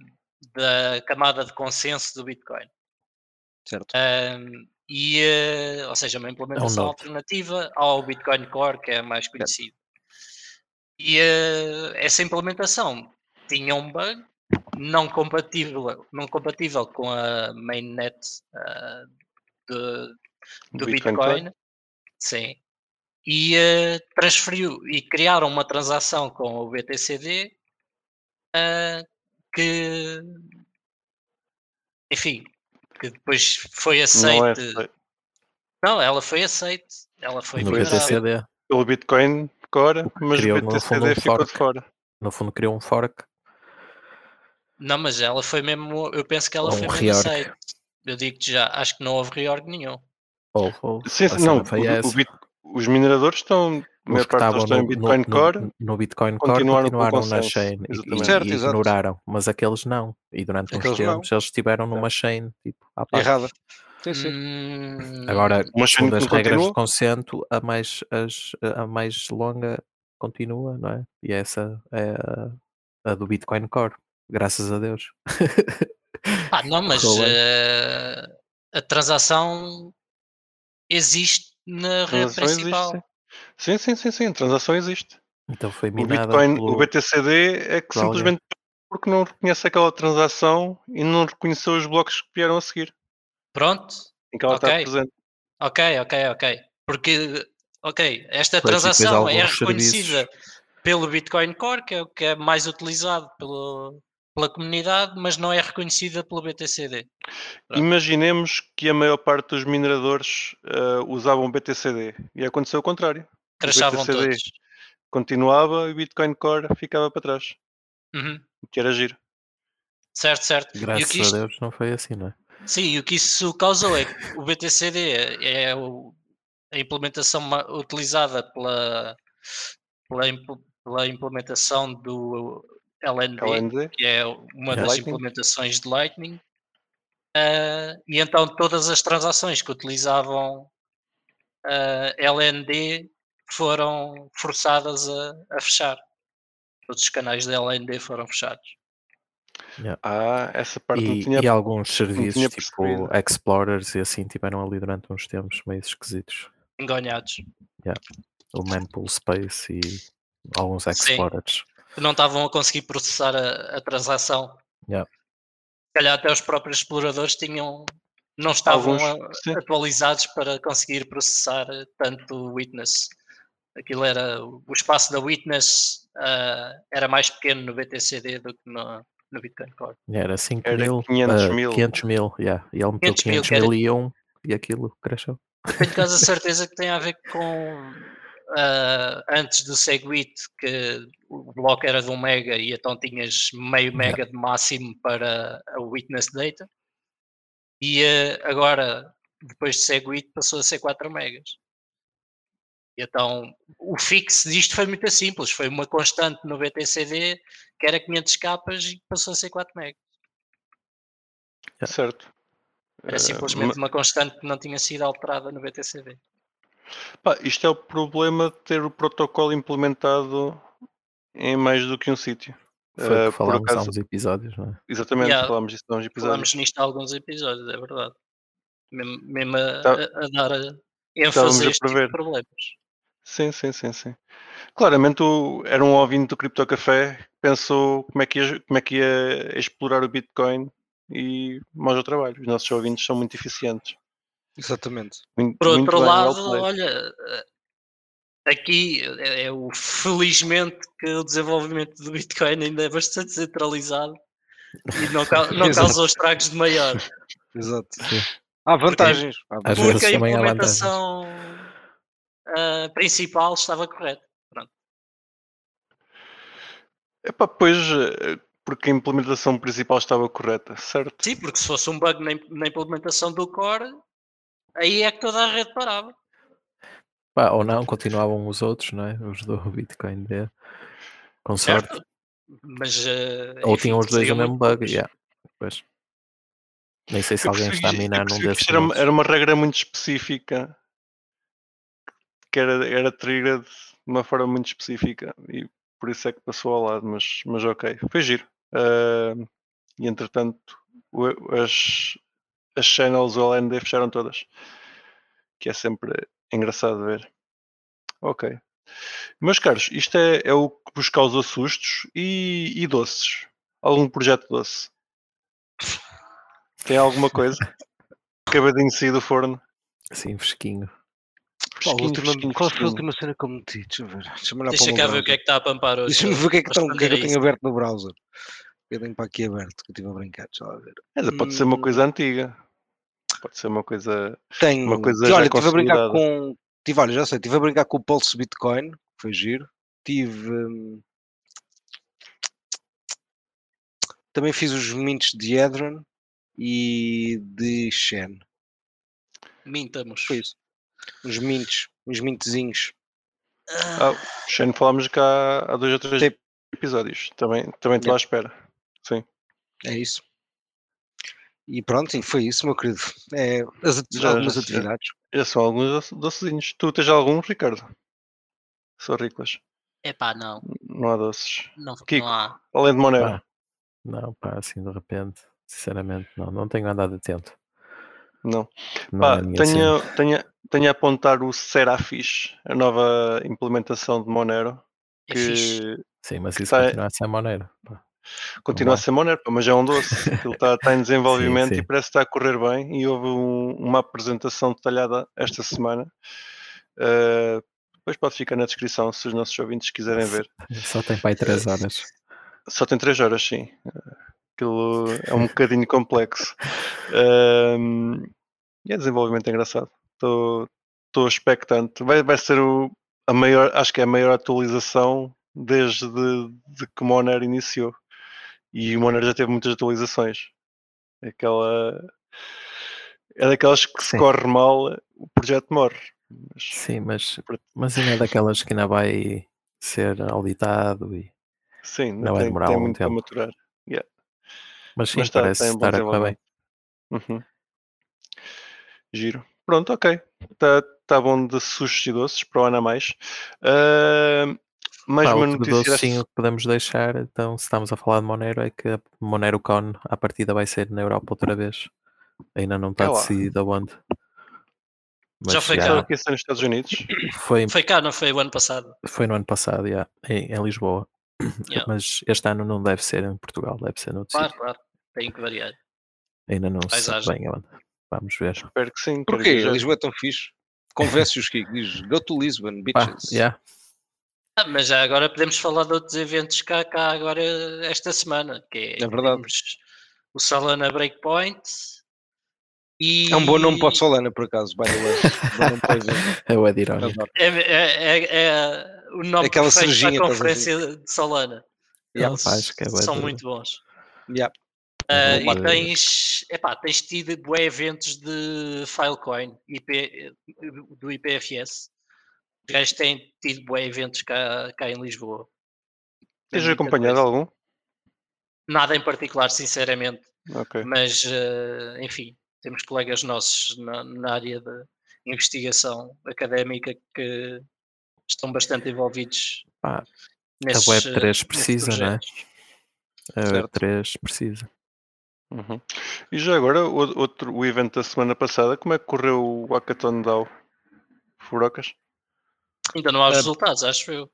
S4: da camada de consenso do Bitcoin.
S2: Certo.
S4: Ahm, e, eh, ou seja, uma implementação
S3: node.
S4: alternativa ao Bitcoin Core, que é a mais conhecido. E eh, essa implementação tinha um bug não compatível, não compatível com a mainnet ah, de-
S1: é
S4: do Bitcoin, sim, e eh, transferiu e criaram uma transação com o BTCD ah, que, enfim, que depois foi
S1: Não é
S4: aceite. Não, ela foi aceite, ela foi
S3: no
S4: liberada.
S3: BTCD?
S1: pelo Bitcoin agora, mas
S3: Criou
S1: o
S3: no fundo um
S1: BTCD ficou de
S3: fork.
S1: fora.
S3: No fundo, criou um fork.
S4: Não, mas ela foi mesmo. Eu penso que ela
S3: Ou
S4: foi
S3: um
S4: mesmo
S3: reorg.
S4: aceita. Eu digo-te já, acho que não houve reorg nenhum.
S3: Ou, ou
S1: Sim,
S3: a
S1: sim,
S3: cena
S1: não,
S3: foi
S1: o- o
S3: essa.
S1: Bit- os mineradores estão, a
S3: Os
S1: maior
S3: que
S1: parte deles
S3: estavam
S1: estão
S3: no,
S1: em Bitcoin
S3: no-
S1: Core,
S3: no- no Bitcoin Core
S1: continuaram
S3: continuaram,
S1: com o
S3: na
S1: consenso,
S3: chain e-
S1: exatamente.
S3: e,
S2: Certo, exato.
S3: ignoraram, mas aqueles não. E durante uns
S2: Aqueles não.
S3: tempos eles estiveram numa chain, tipo, à parte.
S2: Errada. Sim, sim.
S4: Hum,
S3: Agora,
S1: uma chain
S3: segundo as
S1: que
S3: regras
S1: continua,
S3: de consento, a mais, as, a mais longa continua, não é? E essa é a, a do Bitcoin Core, graças a Deus.
S4: Ah, não, mas
S3: Correu bem.
S4: eh, a transação existe na
S1: a
S4: rede
S1: transação
S4: principal.
S1: existe. Sim, sim, sim, sim, a transação existe.
S3: [laughs] Então foi
S1: O
S3: minada
S1: Bitcoin,
S3: pelo-
S1: o BTCD é que
S3: por alguém.
S1: simplesmente porque não reconhece aquela transação e não reconheceu os blocos que vieram a seguir,
S4: Pronto?
S1: em que ela
S4: Ok.
S1: está presente.
S4: Ok, ok, ok. Porque, ok, esta
S3: Pois, e depois
S4: transação é
S3: alguns
S4: reconhecida pelo Bitcoin Core, que é o que é mais utilizado pelo- pela comunidade, mas não é reconhecida pelo BTCD. Pronto.
S1: Imaginemos que a maior parte dos mineradores ah, usavam BTCD e aconteceu o contrário.
S4: Crachavam
S1: BTCD.
S4: todos.
S1: Continuava e o Bitcoin Core ficava para trás,
S4: Uhum.
S1: o que era giro.
S4: Certo, certo. e o
S3: Graças
S4: que isto
S3: a Deus não foi assim, não é?
S4: Sim, e o que isso causou é que o BTCD é o- a implementação ma- utilizada pela, pela, impl- pela implementação do LND,
S1: LND,
S4: que é uma
S3: É.
S4: das
S1: Lightning.
S4: implementações de Lightning. Ah, e então todas as transações que utilizavam ah, LND foram forçadas a, a fechar. Todos os canais da LND foram fechados.
S1: ah, essa parte não
S3: E,
S1: tinha
S3: e alguns serviços,
S1: tinha
S3: tipo
S1: percebido.
S3: Explorers e assim, tiveram ali durante uns tempos meio esquisitos.
S4: Engonhados.
S3: O Mempool Space e alguns
S4: Sim.
S3: Explorers.
S4: que não estavam a conseguir processar a, a transação.
S3: Yeah.
S4: Se calhar até os próprios exploradores tinham, não estavam
S1: Alguns, sim.
S4: a- atualizados para conseguir processar eh, tanto o witness. Aquilo era o espaço da witness ah, era mais pequeno no BTCD do que no, no Bitcoin Core.
S3: Era 5
S1: Era
S3: mil.
S1: 500
S3: ah,
S1: mil.
S3: 500 mil, yeah. E ele meteu
S4: 500 mil,
S3: 500
S4: que era-
S3: mil e um e aquilo cresceu.
S4: Tenho quase a certeza que tem a ver com ah, antes do Segwit, que o bloco era de 1 mega e então tinhas meio mega de máximo para a witness data. E ah, agora, depois do Segwit, passou a ser 4 megas. E Então, o fix disto foi muito simples, foi uma constante no BTCD que era 500 capas e passou a ser 4 megas.
S3: É.
S1: certo.
S4: Era
S1: Ah,
S4: É simplesmente uma constante que não tinha sido alterada no BTCD.
S1: Pá, isto é o problema de ter o protocolo implementado em mais do que um sítio.
S3: Foi o
S1: Ah,
S3: que
S1: por
S3: falámos há
S1: acaso,
S3: uns episódios, não é?
S1: exatamente,
S4: Yeah.
S1: falámos disso há uns episódios.
S4: Falámos nisto há alguns episódios, é verdade. Mesmo, mesmo a,
S1: Tá-
S4: a- a dar a
S1: Estávamos
S4: ênfase
S1: a
S4: a este tipo de
S1: prever.
S4: problemas.
S1: Sim, sim, sim, sim. Claramente o- era um ouvinte do Crypto Café que pensou como é que, ia, como é que ia explorar o Bitcoin e mais ao trabalho. Os nossos ouvintes são muito eficientes.
S2: Exatamente.
S1: Muito,
S4: Por
S1: muito
S4: outro
S1: bem, é well
S4: lado,
S1: played.
S4: olha, eh, aqui é é o felizmente que o desenvolvimento do Bitcoin ainda é bastante centralizado e não,
S1: [laughs]
S4: cau- não
S2: Exato.
S4: causou estragos de maior.
S2: Exato.
S3: Sim.
S2: Há vantagens. Há
S3: Às
S2: vantagens.
S3: vezes
S4: Porque a
S3: também há vantagens.
S4: implementação eh, principal estava correta.
S1: é. Epá, pois, eh, porque a implementação principal estava correta, certo?
S4: Sim, porque se fosse um bug na, im- na implementação do core, aí é que toda a rede parava.
S3: Pá, ou não, continuavam os outros, não é? Os do [laughs] Bitcoin D. Com sorte.
S4: Certo? Mas, eh,
S3: Ou
S4: enfim,
S3: tinham os dois o
S4: seriam
S3: mesmo
S4: muito
S3: bug.
S4: poucos.
S3: Yeah. Pois. Nem sei se
S1: Eu
S3: alguém
S1: percebi-
S3: está a
S1: eu
S3: minar num
S1: percebi que
S3: desses.
S1: isto Era, uma-
S3: nodes.
S1: era uma regra muito específica que era, era triggered de uma forma muito específica e por isso é que passou ao lado, mas, mas ok, foi giro. Ah, e entretanto, o- as, as channels do LND fecharam todas, que é sempre engraçado ver. Ok, meus caros, isto é, é o que vos causou sustos e, e doces. Algum projeto doce? Tem alguma coisa? [laughs] Acabadinho de sair do forno.
S3: Assim, fresquinho.
S2: Pá, a
S1: Fresquinho,
S2: última-
S1: fresquinho,
S2: qual foi a
S1: fresquinho.
S2: última cena que eu meti? Deixa eu ver. Deixa-me olhar
S4: Deixa
S2: para o
S4: cá
S2: meu
S4: ver o que
S2: browser.
S4: é que está a pampar hoje.
S2: Deixa-me ver o que é que, tá- o que, é que eu
S4: responder a
S2: tenho aberto no browser. O que eu tenho para aqui aberto, que eu estive a brincar, deixa lá ver.
S1: Mas pode ser uma coisa antiga. Pode ser uma coisa.
S2: Tenho.
S1: Uma coisa
S2: olha,
S1: já
S2: estive a brincar
S1: consolidada.
S2: com, Tive, olha, já sei, estive a brincar com o Pulse Bitcoin, que foi giro. Tive. hum, também fiz os mints de Edron e de Shen.
S4: Mintamos.
S2: Foi isso. Uns mints, uns mintzinhos.
S1: Ah, Shane, falámos cá há dois ou três
S2: Sim.
S1: episódios. Também, também estou à espera. Sim.
S2: É isso. E pronto, e foi isso, meu querido. É, as ati-
S1: Já- já
S2: algumas
S1: sei.
S2: atividades.
S1: Esses são alguns doce- docezinhos. Tu tens algum, Ricardo? São ricos.
S4: Epá, não.
S1: Não há doces.
S4: Não,
S1: Kiko.
S4: não há.
S1: Além de Monero.
S3: Ah. Não, pá, assim de repente, sinceramente, não, não tenho andado atento.
S1: Não.
S3: Não
S1: Pá,
S3: é a minha cena.
S1: tenho, tenho, tenho a apontar o Serafis, a nova implementação de Monero,
S4: É fixe.
S1: que
S3: Sim, mas isso
S1: tá-
S3: continua a ser Monero. pá.
S1: continua a
S3: Vá.
S1: ser Monero, mas é um
S3: [laughs]
S1: doce. Aquilo está, está em desenvolvimento
S3: sim.
S1: e parece que está a correr bem. E houve um- uma apresentação detalhada esta semana. Eh, depois pode ficar na descrição se os nossos ouvintes quiserem ver.
S3: Só tem pai
S1: [laughs]
S3: 3 horas.
S1: Só tem 3 horas, sim. Aquilo é um bocadinho complexo. Ahm, e é desenvolvimento engraçado. Estou expectante. Vai, vai ser o, a maior, acho que é a maior atualização desde de que Monero iniciou. E o Monero já teve muitas atualizações. Aquela. É daquelas que se
S3: Sim.
S1: corre mal, o projeto morre. Mas,
S3: Sim, mas, mas ainda é daquelas que ainda vai ser auditado. E...
S1: sim, ainda
S3: Não vai
S1: tem,
S3: demorar
S1: tem
S3: algum
S1: muito para
S3: tempo.
S1: maturar.
S3: Mas sim,
S1: Mas tá-
S3: parece
S1: tá em bom
S3: estar a correr bem.
S1: desenvolvimento. Uhum. Giro. Pronto, ok. Está tá bom de sustos e doces para o ano a mais. Ah, mais
S3: Pá,
S1: uma
S3: outro
S1: notícia.
S3: docinho que podemos deixar, então, se estamos a falar de Monero, é que a MoneroCon, à partida, vai ser na Europa outra vez. Ainda não está
S1: É lá.
S3: decidido aonde.
S4: Já foi
S1: Será
S4: cá.
S1: que isso é nos Estados Unidos?
S3: Foi,
S4: Foi cá, não foi o ano passado.
S3: foi no ano passado, já, em, em Lisboa.
S4: [coughs] Yeah.
S3: Mas este ano não deve ser em Portugal, deve ser no
S4: Claro, claro. Tem que variar.
S3: Ainda não se sabe
S4: Paisagem.
S3: bem aonde. Vamos ver.
S1: Espero que sim. quero
S2: Porquê?
S1: dizer.
S2: Lisboa é tão fixe. Convence-os, Kiko. Diz, go
S1: [laughs]
S2: to Lisbon,
S3: Pá,
S2: bitches.
S3: yeah,
S4: Ah, mas já agora podemos falar de outros eventos cá, cá agora esta semana, que é,
S2: É verdade.
S4: temos o Solana Breakpoint e
S2: É um bom nome para o Solana, por acaso, by the way.
S1: [laughs]
S2: Bom nome para o exemplo.
S3: é o Ed Irónico.
S2: Adoro.
S4: é, é- é- é o nome
S2: Aquela
S4: que fecha
S2: cerejinha,
S4: a
S2: estás a
S4: conferência de Solana.
S2: Yeah,
S4: Eles
S3: acho que é bué
S4: são
S3: de-
S4: muito bons.
S2: Yeah.
S4: Ah,
S3: Vou
S4: e
S3: lá.
S4: tens, epá, tens tido bué eventos de Filecoin IP, do IPFS. Os gajos têm tido bué eventos cá, cá em Lisboa. Tem
S1: Tens
S4: muita
S1: acompanhado
S4: coisa.
S1: algum?
S4: Nada em particular, sinceramente.
S1: Ok.
S4: mas eh, enfim, temos colegas nossos na, na área da investigação académica que estão bastante envolvidos
S3: Pá, é
S4: nesses,
S3: a Web3
S4: eh, nesses
S3: precisa, não é?
S4: projetos.
S3: A
S2: Certo.
S3: Web3 precisa.
S1: Uhum. E já agora, o, outro, o evento da semana passada, como é que correu o Hackathon DAO? Furocas?
S4: Ainda não há os
S2: Ah,
S4: resultados, acho eu.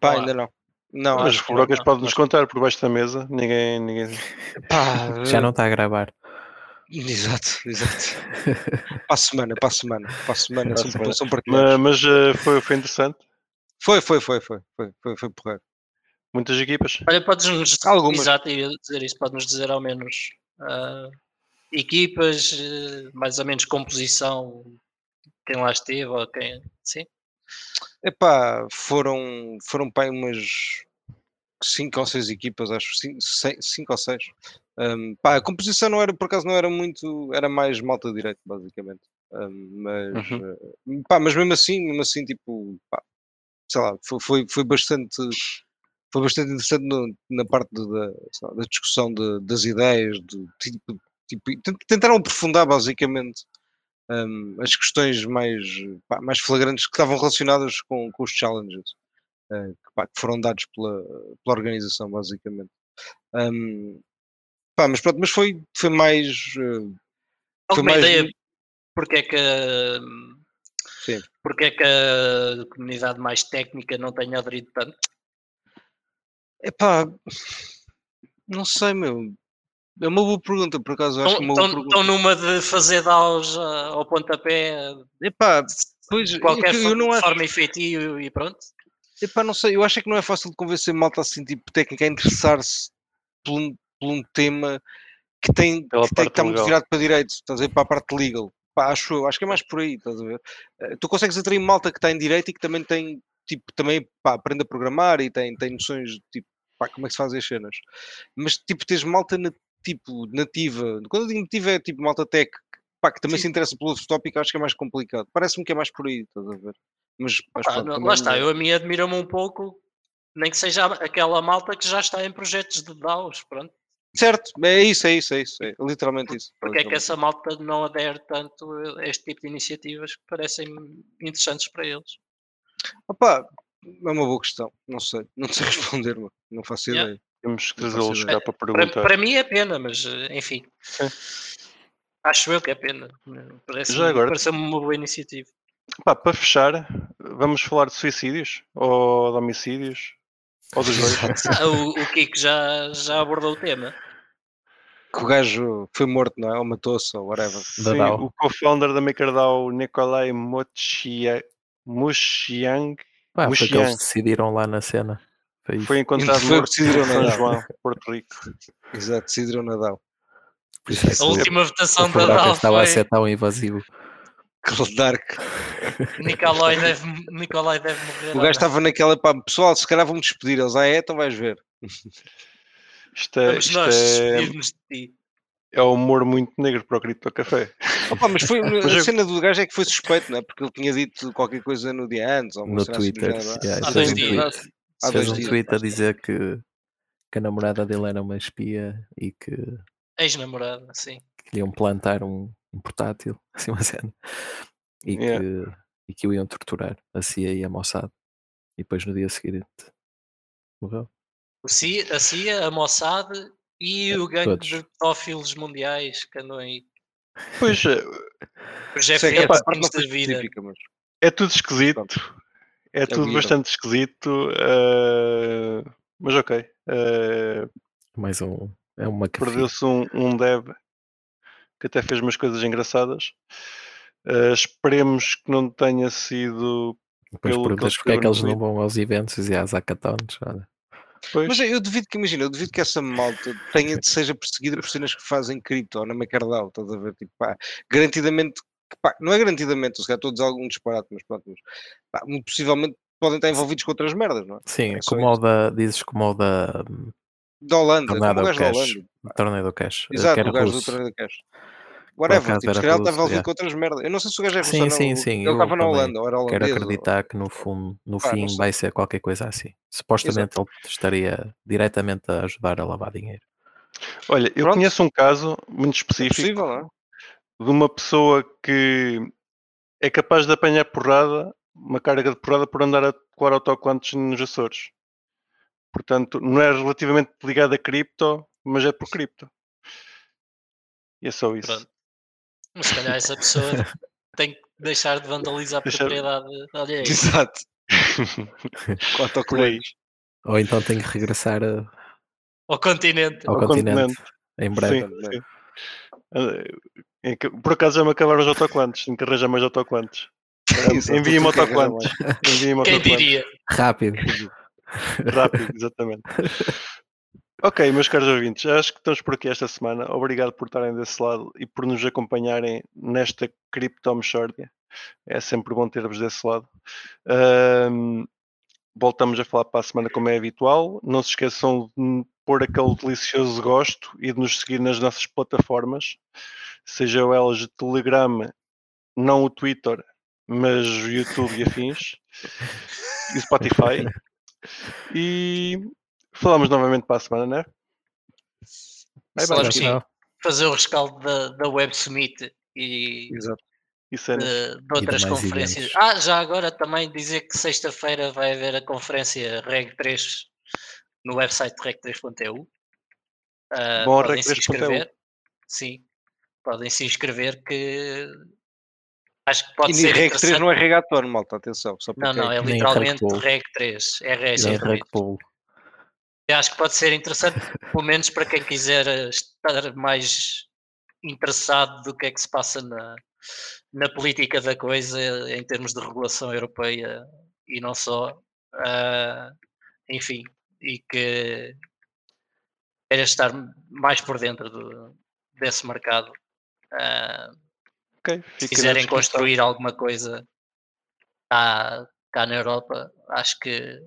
S2: Pá,
S4: Olá.
S2: ainda não. Não,
S1: Mas
S2: acho que não.
S1: Furocas pode-nos contar por baixo da mesa. Ninguém. ninguém...
S2: Pá,
S1: Eh,
S3: Já não está a gravar.
S2: Exato, exato. Para a semana, para a semana. Para a semana,
S1: Para a
S2: são,
S1: semana.
S2: são
S1: Ma-
S2: partilhados.
S1: Mas, eh, foi, foi interessante.
S2: Foi, foi, foi, foi. Foi, foi, foi porreiro.
S1: Muitas equipas.
S4: Olha, podes-nos
S2: Algumas.
S4: exato, eu ia dizer isso, podes-nos dizer ao menos ah, equipas, eh, mais ou menos composição, quem lá esteve ou quem. Sim,
S2: Epá, foram, foram para aí umas 5 ou 6 equipas, acho, 5 ou 6. pá, a composição não era, por acaso, não era muito, era mais malta direito, basicamente. Hum, mas, eh, pá, mas mesmo assim, mesmo assim, tipo, pá, sei lá, foi, foi, foi bastante, foi bastante interessante no- na parte de- da, sei lá, da discussão de- das ideias, do tipo, tipo, e tent- tentaram aprofundar, basicamente, hum, as questões mais, pá, mais flagrantes que estavam relacionadas com, com os challenges eh, que, pá, que foram dados pela, pela organização, basicamente. Hum, pá, mas pronto, mas foi, foi mais. eh, Foi
S4: Alguma
S2: mais
S4: ideia
S2: bonito.
S4: porque é que hum,
S2: Sim.
S4: porque é que a comunidade mais técnica não tem aderido tanto?
S2: epá, não sei, meu. É uma boa pergunta, por acaso. Acho que é uma boa
S4: Estão
S2: pergunta.
S4: estão numa de fazer DAOs ah, ao pontapé
S2: Epá, pois,
S4: de
S2: é
S4: qualquer
S2: que eu não
S4: fo-
S2: acho.
S4: forma e feitio e pronto.
S2: Epá, não sei, eu acho é que não é fácil de convencer malta assim, tipo, técnica a interessar-se por um, por um tema que tem
S1: Pela
S2: que, tem que
S1: parte
S2: estar muito
S1: legal.
S2: virado para direito, estás a ver, para a parte legal. Pá, acho, eu, acho que é mais por aí, estás a ver? Eh, Tu consegues atrair malta que está em direito e que também tem, tipo, também pá, aprende a programar e tem, tem noções, tipo, pá, como é que se fazem as cenas. Mas, tipo, tens malta, na, tipo, nativa. Quando eu digo nativa é, tipo, malta tech, que, pá, que também se interessa pelo outro tópico, acho que é mais complicado. Parece-me que é mais por aí, estás a ver? Mas, mas
S4: Pá,
S2: pronto,
S4: não-
S2: também é
S4: lá está, eu a mim admiro-me um pouco, nem que seja aquela malta que já está em projetos de DAOs, pronto.
S2: Certo, é isso, é isso, é isso. É literalmente isso.
S4: Porque é que
S2: Literalmente.
S4: essa malta não adere tanto a este tipo de iniciativas que parecem interessantes para eles?
S2: Opa, é uma boa questão. Não sei. Não sei [laughs] responder, mano. Não faço
S4: Yeah.
S2: ideia.
S1: Temos que
S2: Não faço
S1: trazê-los
S2: ideia.
S1: cá para
S4: Para,
S1: perguntar.
S4: para mim é pena, mas eh, enfim. Acho eu que é pena. Parece,
S1: Já agora-
S4: Parece uma boa iniciativa.
S1: Pá, para fechar, vamos falar de suicídios? Ou de homicídios? Ou dos dois?
S4: Ah, o, o Kiko já, já abordou o tema.
S2: Que o gajo foi morto, não é? Ou matou-se, ou whatever.
S3: Da
S1: Sim,
S3: DAO.
S1: o co-founder da MakerDAO, Nikolai Mochia- Mochiang,
S3: Pá, foi que eles
S1: Muxian.
S3: decidiram lá na cena. Foi É isso.
S1: foi encontrado
S2: Foi o
S1: morto
S2: que
S1: em
S2: decidiram, não
S1: São
S2: é?
S1: João, Porto Rico.
S2: Exato, decidiram Nadal. [laughs]
S3: Por isso é que
S4: A
S3: o-
S4: última votação
S3: o é
S4: da
S3: Fedorca
S4: DAO
S3: estava a
S4: foi
S3: ser tão invasivo.
S2: Aquele Dark.
S4: Nicolai deve, Nicolai deve morrer.
S2: O gajo
S4: ou não?"
S2: estava naquela, pá, pessoal, se calhar vão-me despedir. Eles, ah, é, então vais ver.
S1: Isto é,
S4: Vamos
S1: isto
S4: nós
S1: é,
S4: despedir-nos de ti.
S1: é um humor muito negro para o Cripto Café.
S2: Opa, mas
S4: [laughs]
S2: foi,
S1: Mas
S2: a
S1: eu-
S2: cena do gajo é que foi suspeito, não é? Porque ele tinha dito qualquer coisa no dia antes, ou uma
S3: No
S2: cena assim do
S3: Twitter,
S2: género.
S3: yeah,
S4: Há
S3: Fez
S4: dois
S3: um
S4: dias.
S3: tweet.
S2: Há
S3: Fez
S2: dois
S3: um
S2: dias.
S3: tweet a dizer que, que a namorada dele era uma espia e que, que
S4: Ex-namorada, sim.
S3: lhe iam plantar um, um portátil, [laughs] assim uma cena, e,
S1: Yeah.
S3: que, e que o iam torturar, a CIA e a Mossad. E depois no dia seguinte morreu.
S4: O CIA, a CIA, Assim, a Mossad e o gangue
S3: todos.
S4: de pedófilos mundiais que andam aí. é
S1: Pois, eh,
S4: O
S2: Sei que
S4: GFF
S2: essa parte é não foi
S4: da vida.
S2: específica, mas
S1: é tudo esquisito. É tudo
S2: horrível.
S1: bastante esquisito. eh, mas ok. eh,
S3: Mais um. É uma que
S1: Perdeu-se um, um dev que até fez umas coisas engraçadas. Eh, esperemos que não tenha sido
S3: Depois
S1: pelo que
S3: perguntas
S1: eles
S3: porque é que
S1: escreveram no
S3: eles não vão aos eventos e às hackathons. Olha.
S1: Pois,
S2: Mas eu duvido que, imagina, eu duvido que essa malta tenha, seja perseguida por cenas que fazem cripto ou na MakerDAO, estás a ver? Tipo, pá, garantidamente, que, pá, não é garantidamente, se calhar todos algum disparate, mas pronto, mas, pá, muito possivelmente podem estar envolvidos com outras merdas, não é?
S3: Sim,
S2: É só
S3: como o da. Dizes como o da. hum,
S2: Da Holanda, como
S3: Tornado
S2: o gajo da
S3: Cash.
S2: Holanda.
S3: Tornado Cash. eh,
S2: Exato,
S3: que
S2: o
S3: era
S2: gajo do
S3: russo.
S2: Tornado Cash. Whatever,
S3: acaso
S2: tipo, se
S3: era
S2: calhar ele estava
S3: russo,
S2: envolvido
S3: yeah.
S2: com outras merdas. Eu não sei se o gajo é russo
S3: Sim,
S2: ou não,
S3: sim,
S2: o-
S3: sim,
S2: Ele
S3: eu
S2: estava na
S3: também
S2: Holanda, ou era
S3: Quero
S2: holandês. ou-
S3: acreditar que no fundo, no
S2: Pá, não
S3: fim
S2: sei.
S3: vai ser qualquer coisa assim. Supostamente ele estaria diretamente a ajudar a lavar dinheiro.
S1: olha, eu
S2: Pronto.
S1: conheço um caso muito
S2: É
S1: específico
S2: possível, não é?
S1: de uma pessoa que é capaz de apanhar porrada, uma carga de porrada, por andar a colar autocolantes nos Açores. Portanto, não é relativamente ligado a cripto, mas é por cripto. E é só isso.
S4: Pronto. Mas se calhar essa pessoa tem que deixar de vandalizar a
S1: Deixar-
S4: propriedade alheia.
S3: [laughs]
S2: Exato. Com
S1: Por aí.
S2: autocolantes.
S3: Ou então tem que regressar a-
S4: Ao continente.
S3: ao,
S1: Ao
S3: continente,
S1: continente.
S3: em breve.
S1: Sim, sim. Ah, é que- Por acaso já me acabaram os autocolantes, tenho que arranjar mais autocolantes.
S3: [laughs]
S2: Exato,
S1: Enviem-me
S2: tu carrega mais.
S1: autocolantes. Enviem-me
S4: Quem
S1: autocolantes.
S4: diria?
S3: Rápido.
S1: [laughs] Rápido, exatamente. ok, meus caros ouvintes, acho que estamos por aqui esta semana. Obrigado por estarem desse lado e por nos acompanharem nesta criptomexórdia. É sempre bom ter-vos desse lado. Ahm, voltamos a falar para a semana como é habitual. Não se esqueçam de pôr aquele delicioso gosto e de nos seguir nas nossas plataformas, sejam elas de Telegram, não o Twitter, mas o YouTube e afins, e Spotify. E falamos novamente para a semana, né? Bye
S4: Claro
S1: bye.
S4: que sim. Fazer o rescaldo da, da Web Summit e
S2: Exato.
S1: Isso é né?
S4: Eh, de, de outras
S3: mais
S4: conferências.
S3: eventos.
S4: Ah, já agora também dizer que sexta-feira vai haver a conferência REG 3 no website reg3.eu. Ah,
S1: Vão ao
S4: podem se
S1: reg3.eu.
S4: inscrever. Sim, podem se inscrever que acho que
S2: E
S4: pode ser
S2: REC 3
S4: interessante.
S2: não é regatón, malta, atenção. Só para
S4: Não,
S2: quem-
S4: não, é
S3: Nem Reg
S4: literalmente
S3: Bull.
S4: REG 3, REG
S3: Nem
S4: outra vez.
S3: Rugpole.
S4: Eu Acho que pode ser interessante, pelo menos para quem quiser eh, estar mais interessado do que é que se passa na, na política da coisa eh, em termos de regulação europeia e não só. ah, enfim, e que queira estar mais por dentro do- desse mercado. ah,
S1: Ok.
S4: Se
S1: fica na
S4: quiserem
S1: descrição.
S4: construir alguma coisa cá, cá na Europa, acho que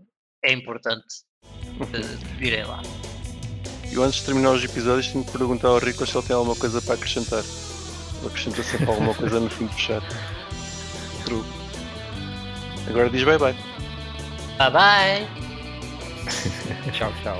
S4: é importante eh, virem lá.
S1: Eu antes de terminar os episódios tenho que perguntar ao Rico se ele tem alguma coisa para acrescentar. Ele acrescenta sempre alguma coisa no fim do chat. True. Agora diz bye bye.
S4: Bye bye! é
S2: Tchau, tchau.